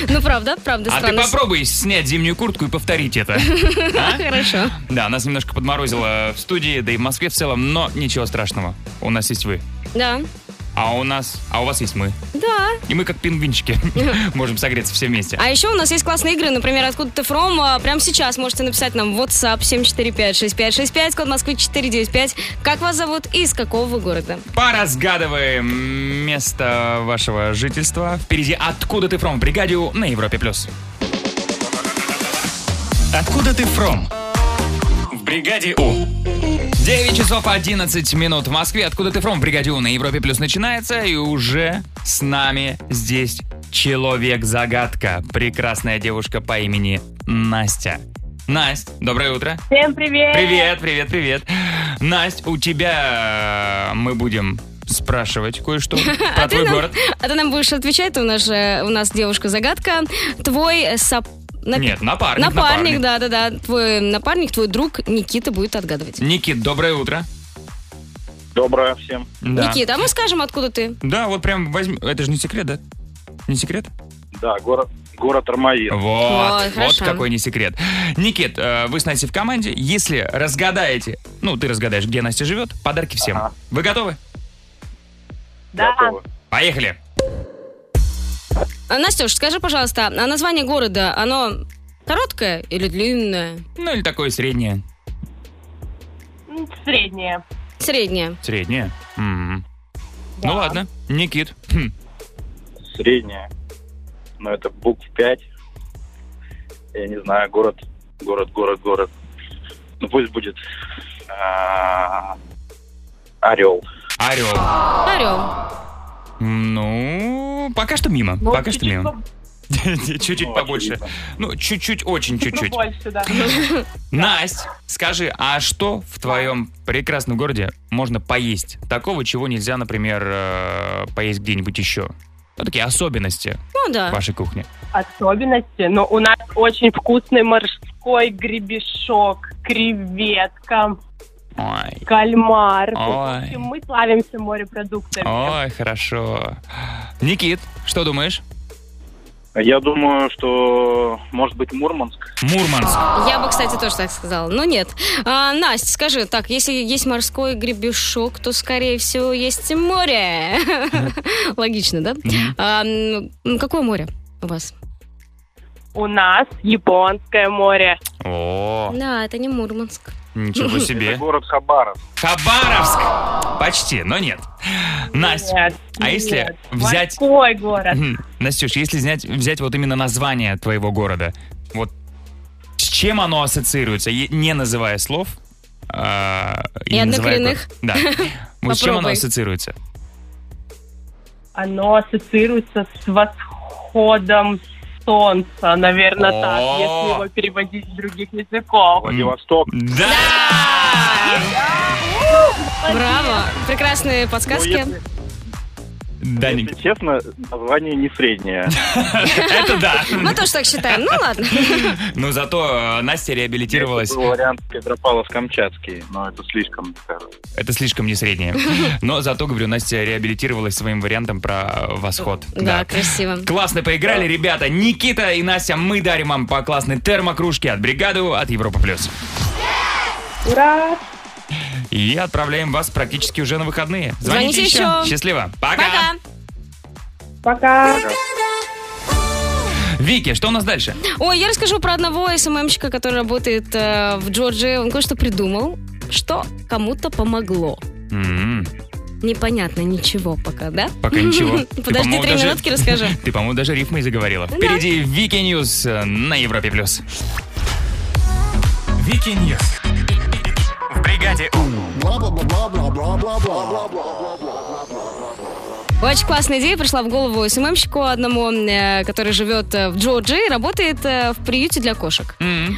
S2: Ну, правда, правда,
S1: А ты
S2: странно.
S1: попробуй снять зимнюю куртку и повторить это.
S2: Хорошо.
S1: Да, нас немножко подморозило в студии, да и в Москве в целом, но ничего страшного. У нас есть вы.
S2: Да.
S1: А у нас, а у вас есть мы.
S2: Да.
S1: И мы как пингвинчики можем согреться все вместе.
S2: А еще у нас есть классные игры, например, «Откуда ты фром?». А, Прямо сейчас можете написать нам в WhatsApp 745-6565, код Москвы 495. Как вас зовут и из какого вы города?
S1: Поразгадываем место вашего жительства. Впереди «Откуда ты фром?» в бригаде У на Европе+. плюс. «Откуда ты фром?» в бригаде У. 9 часов 11 минут в Москве. Откуда ты фром? в Бригаде У на Европе Плюс начинается. И уже с нами здесь человек-загадка. Прекрасная девушка по имени Настя. Настя, доброе утро.
S18: Всем привет!
S1: Привет, привет, привет. Настя, у тебя э, мы будем спрашивать кое-что про
S2: ты
S1: твой
S2: нам-
S1: город.
S2: А ты нам будешь отвечать, ты у нас, же- у нас девушка-загадка. Твой соп... нап-
S1: Нет, напарник, напарник.
S2: Напарник, да-да-да. Твой напарник, твой друг Никита будет отгадывать.
S1: Никит, доброе утро.
S19: Доброе всем.
S1: Да.
S2: Никита, а мы скажем, откуда ты?
S1: Да, вот прям возьми. Это же не секрет, да? Не секрет?
S19: Да, город, город Армавир.
S1: Вот,
S2: Ой,
S1: вот
S2: хорошо.
S1: какой не секрет. Никит, э, вы с Настей в команде. Если разгадаете, ну, ты разгадаешь, где Настя живет, подарки всем. Вы готовы?
S18: Да.
S1: Поехали.
S2: А, Настюш, скажи, пожалуйста, а название города, оно короткое или длинное?
S1: Ну, или такое среднее.
S18: М, Среднее.
S2: Среднее.
S1: Среднее? М. Ну, ладно. Никит. Хм.
S19: Средняя. Но это букв 5. Я не знаю, город, город, город, город. Ну пусть будет а, Орел.
S1: Орел.
S2: Орел.
S1: Ну, пока что мимо.
S18: Ну,
S1: пока что
S18: чуть-чуть
S1: мимо. Чуть-чуть побольше. Ну, чуть-чуть, очень чуть-чуть.
S18: Ну, больше, да.
S1: Настя, скажи, а что в твоем прекрасном городе можно поесть? Такого, чего нельзя, например, э, поесть где-нибудь еще? Ну, такие особенности
S18: Ну,
S2: А.
S18: да.
S1: вашей кухни.
S18: Особенности? Но у нас очень вкусный морской гребешок, креветка,
S1: Ой.
S18: кальмар. В
S1: Ой.
S18: общем, мы славимся морепродуктами.
S1: Ой, хорошо. Никит, что думаешь?
S19: Я думаю, что может быть Мурманск.
S1: Мурманск.
S2: Я бы, кстати, тоже так сказала, но нет. А, Настя, скажи, так, если есть морской гребешок, то, скорее всего, есть и море. Логично, да? А, м, какое море у вас?
S18: У нас Японское море.
S1: О,
S2: Да, это не Мурманск.
S1: ничего себе.
S19: город Хабаров.
S1: Хабаровск. Почти, но нет. Настя, а если взять...
S18: Морской город.
S1: Мгм. Настюш, если взять, взять вот именно название твоего города, вот с чем оно ассоциируется, Е- не называя слов... а,
S2: И
S1: не называя
S2: однокоренных.
S1: город. Да. Вот с чем оно
S18: Попробуй.
S1: ассоциируется?
S18: Оно ассоциируется с восходом солнца, наверное, так,
S1: О.
S18: если его переводить с других языков.
S19: Владивосток.
S1: Да!
S2: Браво! Прекрасные подсказки.
S1: Да,
S19: Если честно, название не среднее.
S1: Это да.
S2: Мы тоже так считаем. Ну ладно.
S1: Но зато э, Настя реабилитировалась.
S19: Был вариант Петропавловск-Камчатский, но это слишком, мне кажется.
S1: Это слишком не среднее. Но зато, говорю, Настя реабилитировалась своим вариантом про э, восход.
S2: Да, красиво.
S1: Классно поиграли, ребята. Никита и Настя, мы дарим вам по классной термокружке от бригады У» от Европа плюс.
S18: Ура!
S1: И отправляем вас практически уже на выходные.
S18: Звоните
S1: Звоните, еще.
S18: еще.
S1: Счастливо. Пока.
S18: Пока.
S1: Вики, что у нас дальше?
S2: Ой, я расскажу про одного СММщика, который работает э, в Джорджии. Он кое-что придумал, что кому-то помогло.
S1: М,
S2: Непонятно ничего пока, да?
S1: Пока ничего. Ты,
S2: Подожди
S1: по-моему,
S2: три
S1: даже-
S2: минутки, расскажу.
S1: Ты, по-моему, даже рифмой заговорила. Впереди Вики Ньюс э, на Европе плюс. Вики Ньюс.
S6: В бригаде У.
S2: Очень классная идея пришла в голову СММщику одному, э, который живет э, в Джорджии, работает э, в приюте для кошек.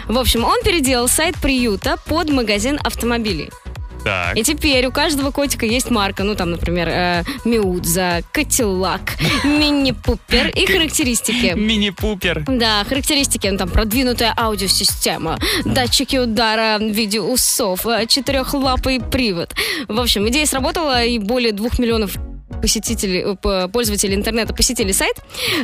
S2: В общем, он переделал сайт приюта под магазин автомобилей.
S1: Так.
S2: И теперь у каждого котика есть марка, ну там, например, э, Миудза, Котелак, Мини-Пупер и характеристики.
S1: Мини-Пупер.
S2: Да, характеристики, ну там продвинутая аудиосистема, датчики удара в виде усов, э, четырехлапый привод. В общем, идея сработала и более двух миллионов посетителей, э, п- пользователей интернета посетили сайт,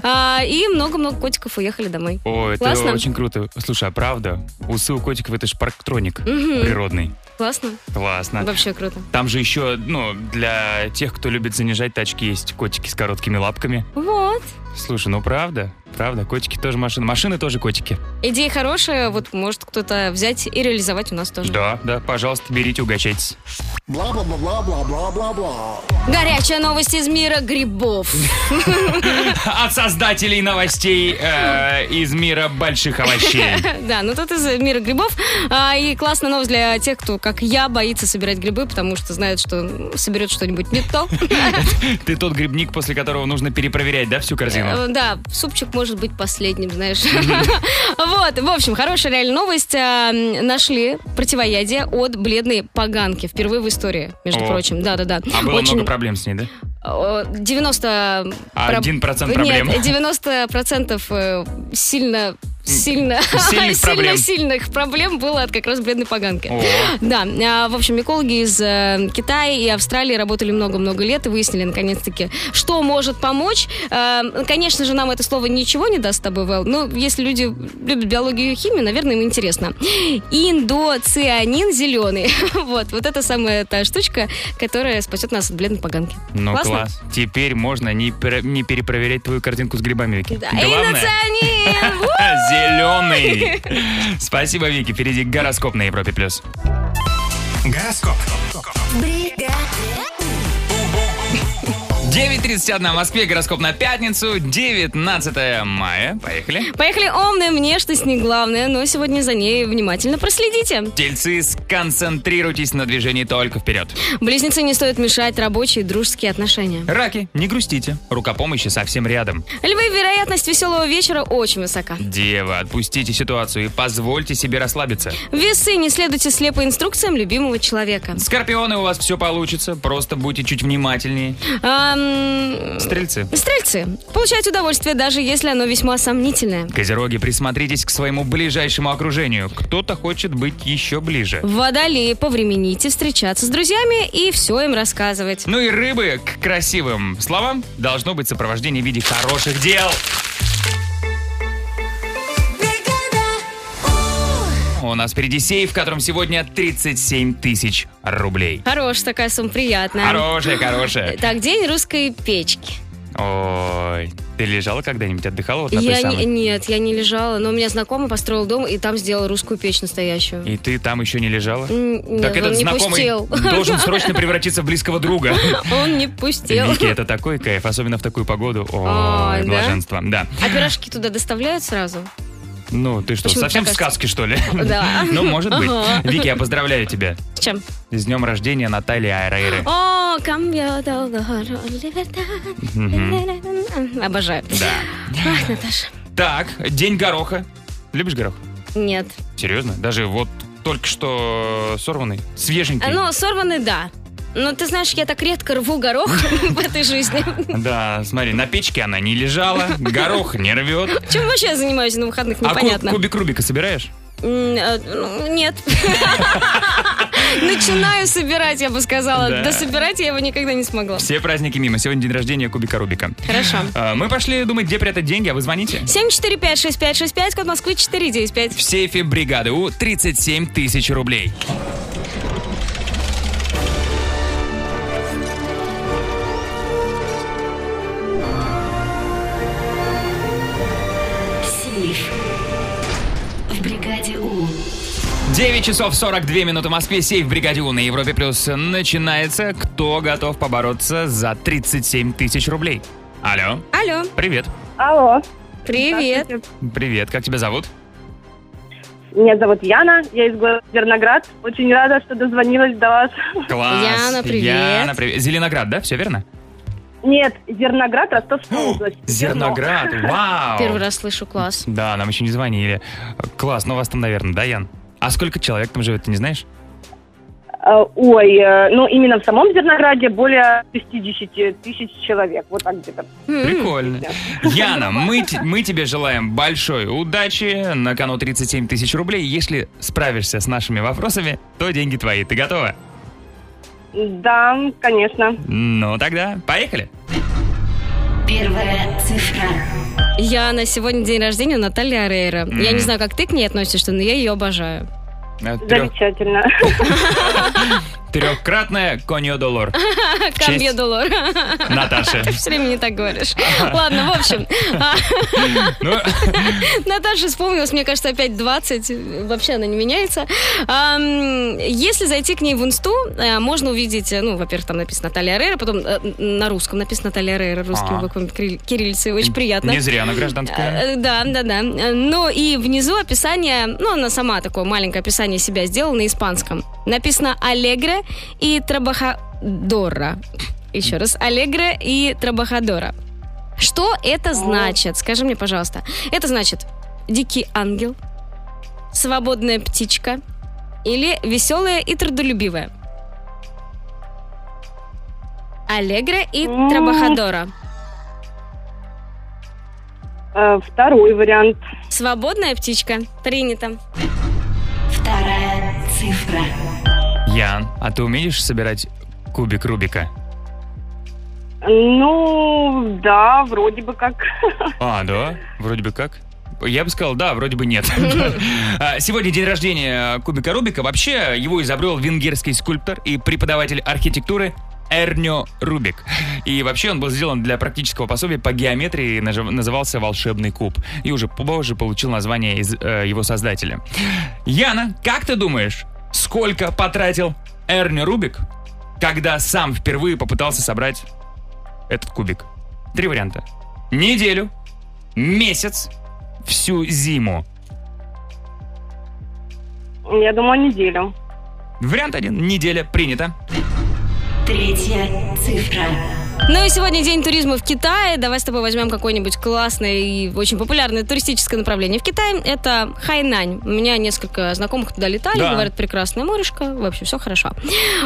S2: а, и много-много котиков уехали домой.
S1: О, это
S2: Классно.
S1: очень круто. Слушай, а правда? Усы у котиков это ж парктроник
S2: Мгм.
S1: природный.
S2: Классно.
S1: Классно.
S2: Вообще круто.
S1: Там же еще, ну, для тех, кто любит занижать тачки, есть котики с короткими лапками.
S2: Вот.
S1: Слушай, ну правда, правда, котики тоже машины. Машины тоже котики.
S2: Идея хорошая, вот может кто-то взять и реализовать у нас тоже.
S1: Да, да, пожалуйста, берите, угощайтесь.
S4: Бла-бла-бла-бла-бла-бла-бла.
S2: Горячая новость из мира грибов.
S1: От создателей новостей э, из мира больших овощей.
S2: Да, ну тут из мира грибов. А, И классная новость для тех, кто, как я, боится собирать грибы, потому что знает, что ну, соберет что-нибудь не то.
S1: Ты тот грибник, после которого нужно перепроверять, да, всю корзину?
S2: Э, Да, супчик может быть последним, знаешь. Вот, в общем, хорошая реально новость. А, м, Нашли противоядие от бледной поганки. Впервые в истории, между
S1: О.
S2: прочим. Да-да-да.
S1: А было
S2: Очень-
S1: много проблем с ней, да?
S2: Э, 90... проб-
S1: 1% проблем.
S2: Нет, э, 90 процентов э, сильно сильно,
S1: Сильных проблем.
S2: сильно сильных проблем было от как раз бледной поганки.
S1: О.
S2: Да, а, в общем, экологи из э, Китая и Австралии работали много-много лет и выяснили наконец-таки, что может помочь. Э, Конечно же, нам это слово ничего не даст с тобой, Вэл, но если люди любят биологию и химию, наверное, им интересно. Индоцианин зеленый. Вот, вот это самая та штучка, которая спасет нас от бледной поганки.
S1: Ну
S2: Классно?
S1: класс. Теперь можно не, пере- не перепроверять твою картинку с грибами, Вики.
S2: Да,
S1: Главное, а,
S2: индоцианин! Ву!
S1: зеленый. Спасибо, Вики. Впереди гороскоп на Европе+. плюс. Гороскоп. 9.31 в Москве, гороскоп на пятницу, 19 мая. Поехали.
S2: Поехали, умная внешность не главное, но сегодня за ней внимательно проследите.
S1: Тельцы, сконцентрируйтесь на движении только вперед.
S2: Близнецы не стоит мешать рабочие и дружеские отношения.
S1: Раки, не грустите, рука помощи совсем рядом.
S2: Львы, вероятность веселого вечера очень высока.
S1: Дева, отпустите ситуацию и позвольте себе расслабиться.
S2: Весы, не следуйте слепо инструкциям любимого человека.
S1: Скорпионы, у вас все получится, просто будьте чуть внимательнее.
S2: Ам,
S1: Стрельцы.
S2: Стрельцы, получайте удовольствие, даже если оно весьма сомнительное.
S1: Козероги, присмотритесь к своему ближайшему окружению. Кто-то хочет быть еще ближе.
S2: Водолеи, повремените встречаться с друзьями и все им рассказывать.
S1: Ну и рыбы к красивым словам должно быть сопровождение в виде хороших дел. У нас впереди сейф, в котором сегодня 37 тысяч рублей.
S2: Хорошая такая сумма, приятная.
S1: Хорошая, хорошая.
S2: Так, день русской печки.
S1: Ой, ты лежала когда-нибудь, отдыхала вот на той
S2: Я не-
S1: самой?
S2: нет, я не лежала, но у меня знакомый построил дом и там сделал русскую печь настоящую.
S1: И ты там еще не лежала?
S2: М, нет,
S1: так этот
S2: он не
S1: знакомый
S2: пустил.
S1: должен срочно превратиться в близкого друга.
S2: Он не пустил.
S1: Вики, это такой кайф, особенно в такую погоду.
S2: Ой,
S1: Ой,
S2: да?
S1: блаженство. Да.
S2: А пирожки туда доставляют сразу?
S1: Ну, ты что,
S2: Почему
S1: совсем в
S2: так кажется?
S1: сказке, что ли?
S2: Да.
S1: Ну, может быть.
S2: Ага.
S1: Вики, я поздравляю тебя.
S2: С чем?
S1: С днем рождения Натальи Айрейры.
S2: О, камбио долго хоро, либерта.
S1: Мгм.
S2: Обожаю.
S1: Да.
S2: Ах, Наташа.
S1: Так, День гороха. Любишь горох?
S2: Нет.
S1: Серьезно? Даже вот только что сорванный?
S2: А,
S1: Свеженький?
S2: Ну, сорванный, да. Но ты знаешь, я так редко рву горох в этой жизни.
S1: Да, смотри, на печке она не лежала, горох не рвет.
S2: Чем вообще я занимаюсь на выходных,
S1: А ку-
S2: непонятно.
S1: кубик Рубика собираешь?
S2: М, э, ну, Нет. Начинаю собирать, я бы сказала.
S1: Да.
S2: Да собирать я его никогда не смогла.
S1: Все праздники мимо. Сегодня день рождения кубика Рубика.
S2: Хорошо.
S1: А, Мы пошли думать, где прятать деньги, а вы звоните.
S2: 7456565, код Москвы
S1: В
S2: 495.
S1: сейфе бригады У 37 тысяч рублей.
S20: Сейф. В бригаде У.
S1: 9 часов 42 минуты в Москве. Сейф в бригаде У на Европе Плюс начинается. Кто готов побороться за 37 тысяч рублей? Алло.
S2: Алло.
S1: Привет.
S18: Алло.
S2: Привет.
S1: Привет, как тебя зовут?
S18: Меня зовут Яна, я из города Зерноград. Очень рада, что дозвонилась до вас.
S1: Класс.
S18: Яна, привет.
S1: Яна, привет. Зеленоград, да? Все верно?
S18: Нет, Зерноград, Ростовская область.
S1: Зерноград, вау.
S2: Первый раз слышу, класс.
S1: Да, нам еще не звонили. Класс, ну вас там, наверное, да, Ян? А сколько человек там живет, ты не знаешь?
S18: Э, Ой, э, ну именно в самом Зернограде более 60 тысяч человек, вот так где-то.
S1: Прикольно. Яна, мы, те- мы тебе желаем большой удачи. На кону 37 тысяч рублей. Если справишься с нашими вопросами, то деньги твои. Ты готова?
S18: Да, конечно.
S1: Ну тогда, поехали.
S20: Первая цифра.
S2: Я на сегодня день рождения у Натальи Арейра. Я
S1: Мгм.
S2: не знаю, как ты к ней относишься, но я ее обожаю.
S1: Э, трех-
S18: Замечательно.
S1: Трехкратная коньо доллар.
S2: Камья доллар.
S1: Наташи.
S2: Все время не так говоришь. Ладно, в общем. а,
S1: Ну,
S2: Наташа вспомнилась, мне кажется, опять 20. Вообще она не меняется. Ам, Если зайти к ней в инсту, э, можно увидеть, э, ну, во-первых, там написано Наталья Рейра, потом э, на русском написано Наталья Рейра, русскими
S1: А.
S2: буквами кри- кириллицы. Очень приятно.
S1: не зря она гражданская.
S2: Э, Да, да, да. Э, Ну и внизу описание, ну она сама такое маленькое описание себя сделала на испанском. Написано «Алегре» и «Трабахадора». Еще раз. «Алегре» и «Трабахадора». Что это значит? Скажи мне, пожалуйста. Это значит «Дикий ангел», «Свободная птичка» или «Веселая и трудолюбивая». «Алегре» и «Трабахадора».
S18: Э, Второй вариант.
S2: Свободная птичка. Принято.
S20: Вторая цифра.
S2: э.
S1: Ян, а ты умеешь собирать кубик Рубика?
S18: Ну, да, вроде бы как.
S1: А, да? Вроде бы как? Я бы сказал, да, вроде бы нет. А, Сегодня день рождения кубика Рубика. Вообще, его изобрел венгерский скульптор и преподаватель архитектуры Эрнё Рубик. И вообще он был сделан для практического пособия по геометрии, нажив- назывался «Волшебный куб». И уже позже получил название из э, его создателя. Яна, как ты думаешь, сколько потратил Эрнё Рубик, когда сам впервые попытался собрать этот кубик? Три варианта. Неделю, месяц, всю зиму.
S18: Я думаю, неделю.
S1: Вариант один. Неделя принято.
S20: Третья цифра.
S2: Ну и сегодня день туризма в Китае. Давай с тобой возьмем какое-нибудь классное и очень популярное туристическое направление в Китае. Это Хайнань. У меня несколько знакомых туда летали,
S21: Да.
S2: говорят, прекрасное морешко, вообще все хорошо.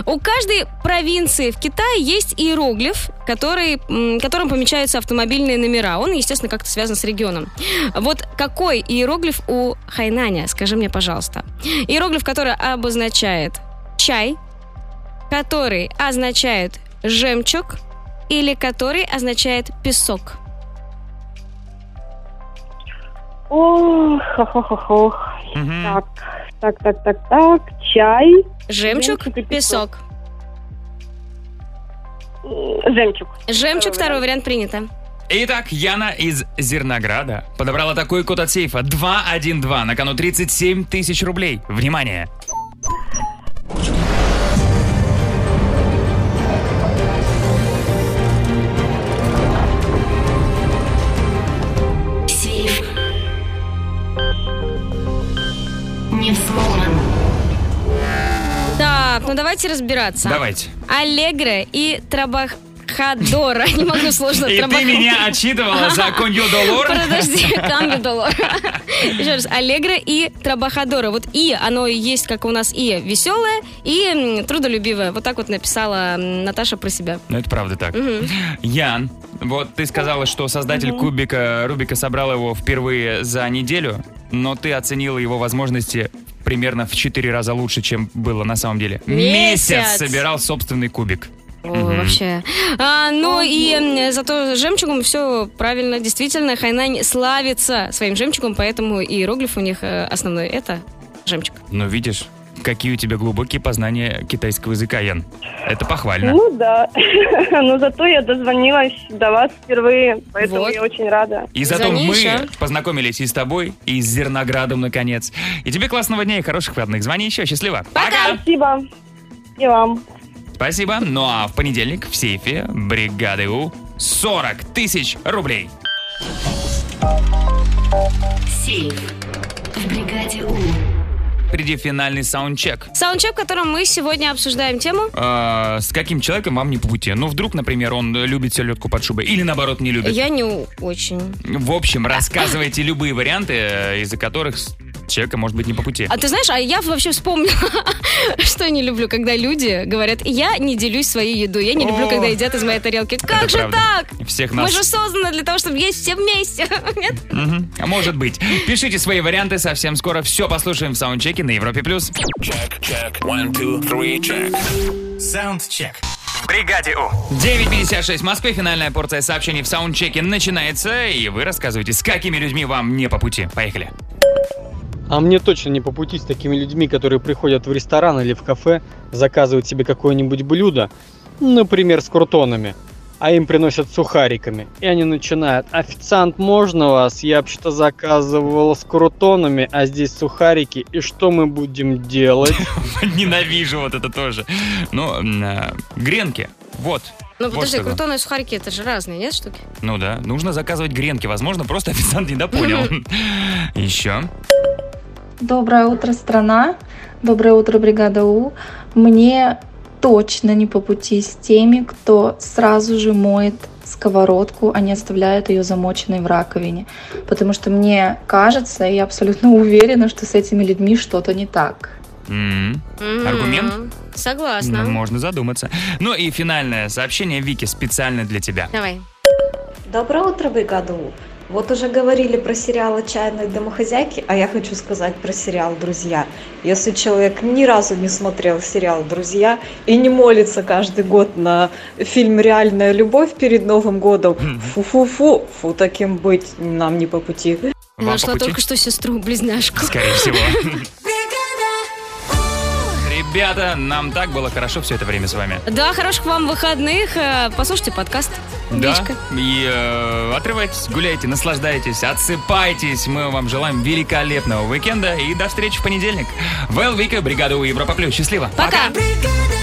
S2: У каждой провинции в Китае есть иероглиф, который, м, которым помечаются автомобильные номера. Он, естественно, как-то связан с регионом. Вот какой иероглиф у Хайнаня? Скажи мне, пожалуйста. Иероглиф, который обозначает чай, который означает жемчуг, или который означает песок.
S18: Ох, ох, ох, ох, ох. Так, так, так, так, так. Чай.
S2: Жемчуг, песок.
S18: Жемчуг.
S2: Жемчуг, второй вариант принято.
S1: Итак, Яна из Зернограда подобрала такой код от сейфа 212. На кону 37 тысяч рублей. Внимание!
S20: Сейф. Не взломан.
S2: Так, ну давайте разбираться.
S1: Давайте.
S2: Аллегра и Трабахадора. Не могу сложно.
S1: И ты
S2: Трабах-
S1: меня отчитывала за конью доллар?
S2: Подожди, камни доллар. Еще раз. Аллегра и Трабахадора. Вот и, оно и есть, как у нас и веселое, и м, трудолюбивое. Вот так вот написала м, Наташа про себя.
S1: Ну, это правда так.
S2: Мгм.
S1: Ян, вот ты сказала, что создатель кубика Рубика собрал его впервые за неделю, но ты оценила его возможности примерно в 4 раза лучше, чем было на самом деле.
S2: Месяц.
S1: собирал собственный кубик.
S2: О,
S1: Мгм.
S2: вообще. А, но и м, зато с жемчугом все правильно. Действительно, Хайнань славится своим жемчугом, поэтому иероглиф у них э, основной это жемчуг.
S1: Ну, видишь, какие у тебя глубокие познания китайского языка, Ян. Это похвально.
S18: Ну да, но зато я дозвонилась до вас впервые, поэтому я очень рада.
S1: И зато мы познакомились и с тобой, и с Зерноградом, наконец. И тебе классного дня и хороших выходных. Звони еще. Счастливо. Пока!
S18: Спасибо. И вам.
S1: Спасибо. Ну а в понедельник в сейфе бригады У 40 тысяч рублей.
S20: Сейф. В бригаде У.
S1: Впереди финальный саундчек.
S2: Саундчек, в котором мы сегодня обсуждаем тему.
S1: А, с каким человеком вам не по пути? Ну, вдруг, например, он любит селедку под шубой или, наоборот, не любит.
S2: Я не у- очень.
S1: В общем, рассказывайте любые варианты, э, из-за которых с- человека может быть не по пути.
S2: А ты знаешь, а я вообще вспомнила, что я не люблю, когда люди говорят, я не делюсь своей едой, я не люблю, когда едят из моей тарелки. Как
S1: Это
S2: же
S1: правда.
S2: так?
S1: Всех
S2: Мы
S1: нас.
S2: же созданы для того, чтобы есть все вместе. Нет?
S1: Мгм. А Может быть. Пишите свои варианты, совсем скоро все послушаем в саундчеке на Европе+. плюс.
S6: One, two, three, check. Саундчек. В бригаде У.
S1: 9.56 в Москве. Финальная порция сообщений в саундчеке начинается. И вы рассказываете, с какими людьми вам не по пути. Поехали.
S9: А мне точно не по пути с такими людьми, которые приходят в ресторан или в кафе, заказывают себе какое-нибудь блюдо, например, с крутонами, а им приносят сухариками. И они начинают, официант, можно вас? Я вообще-то заказывал с крутонами, а здесь сухарики, и что мы будем делать?
S1: Ненавижу вот это тоже. Ну, м, э, гренки. Вот.
S2: Ну
S1: Вот
S2: подожди,
S1: что да.
S2: крутоны и сухарики это же разные, нет штуки?
S1: Ну да, нужно заказывать гренки. Возможно, просто официант недопонял. Еще.
S4: Доброе утро, страна. Доброе утро, бригада У. Мне точно не по пути с теми, кто сразу же моет сковородку, а не оставляет ее замоченной в раковине. Потому что мне кажется, и я абсолютно уверена, что с этими людьми что-то не так.
S1: М. Аргумент?
S2: М-м-м. Согласна.
S1: Ну, Можно задуматься. Ну и финальное сообщение, Вики, специально для тебя.
S2: Давай.
S8: Доброе утро, бригаду! Вот уже говорили про сериал «Отчаянные домохозяйки», а я хочу сказать про сериал «Друзья». Если человек ни разу не смотрел сериал «Друзья» и не молится каждый год на фильм «Реальная любовь» перед Новым годом, фу-фу-фу, фу, таким быть нам не по пути.
S2: Нашла только что сестру-близняшку.
S1: Скорее всего. Ребята, нам так было хорошо все это время с вами.
S2: Да, хороших вам выходных. Э, Послушайте подкаст. Вечка.
S1: Да. И э, отрывайтесь, гуляйте, наслаждайтесь, отсыпайтесь. Мы вам желаем великолепного уикенда и до встречи в понедельник. Вэл Вика, бригада у Европа Плюс. Счастливо.
S2: Пока.
S22: Бригада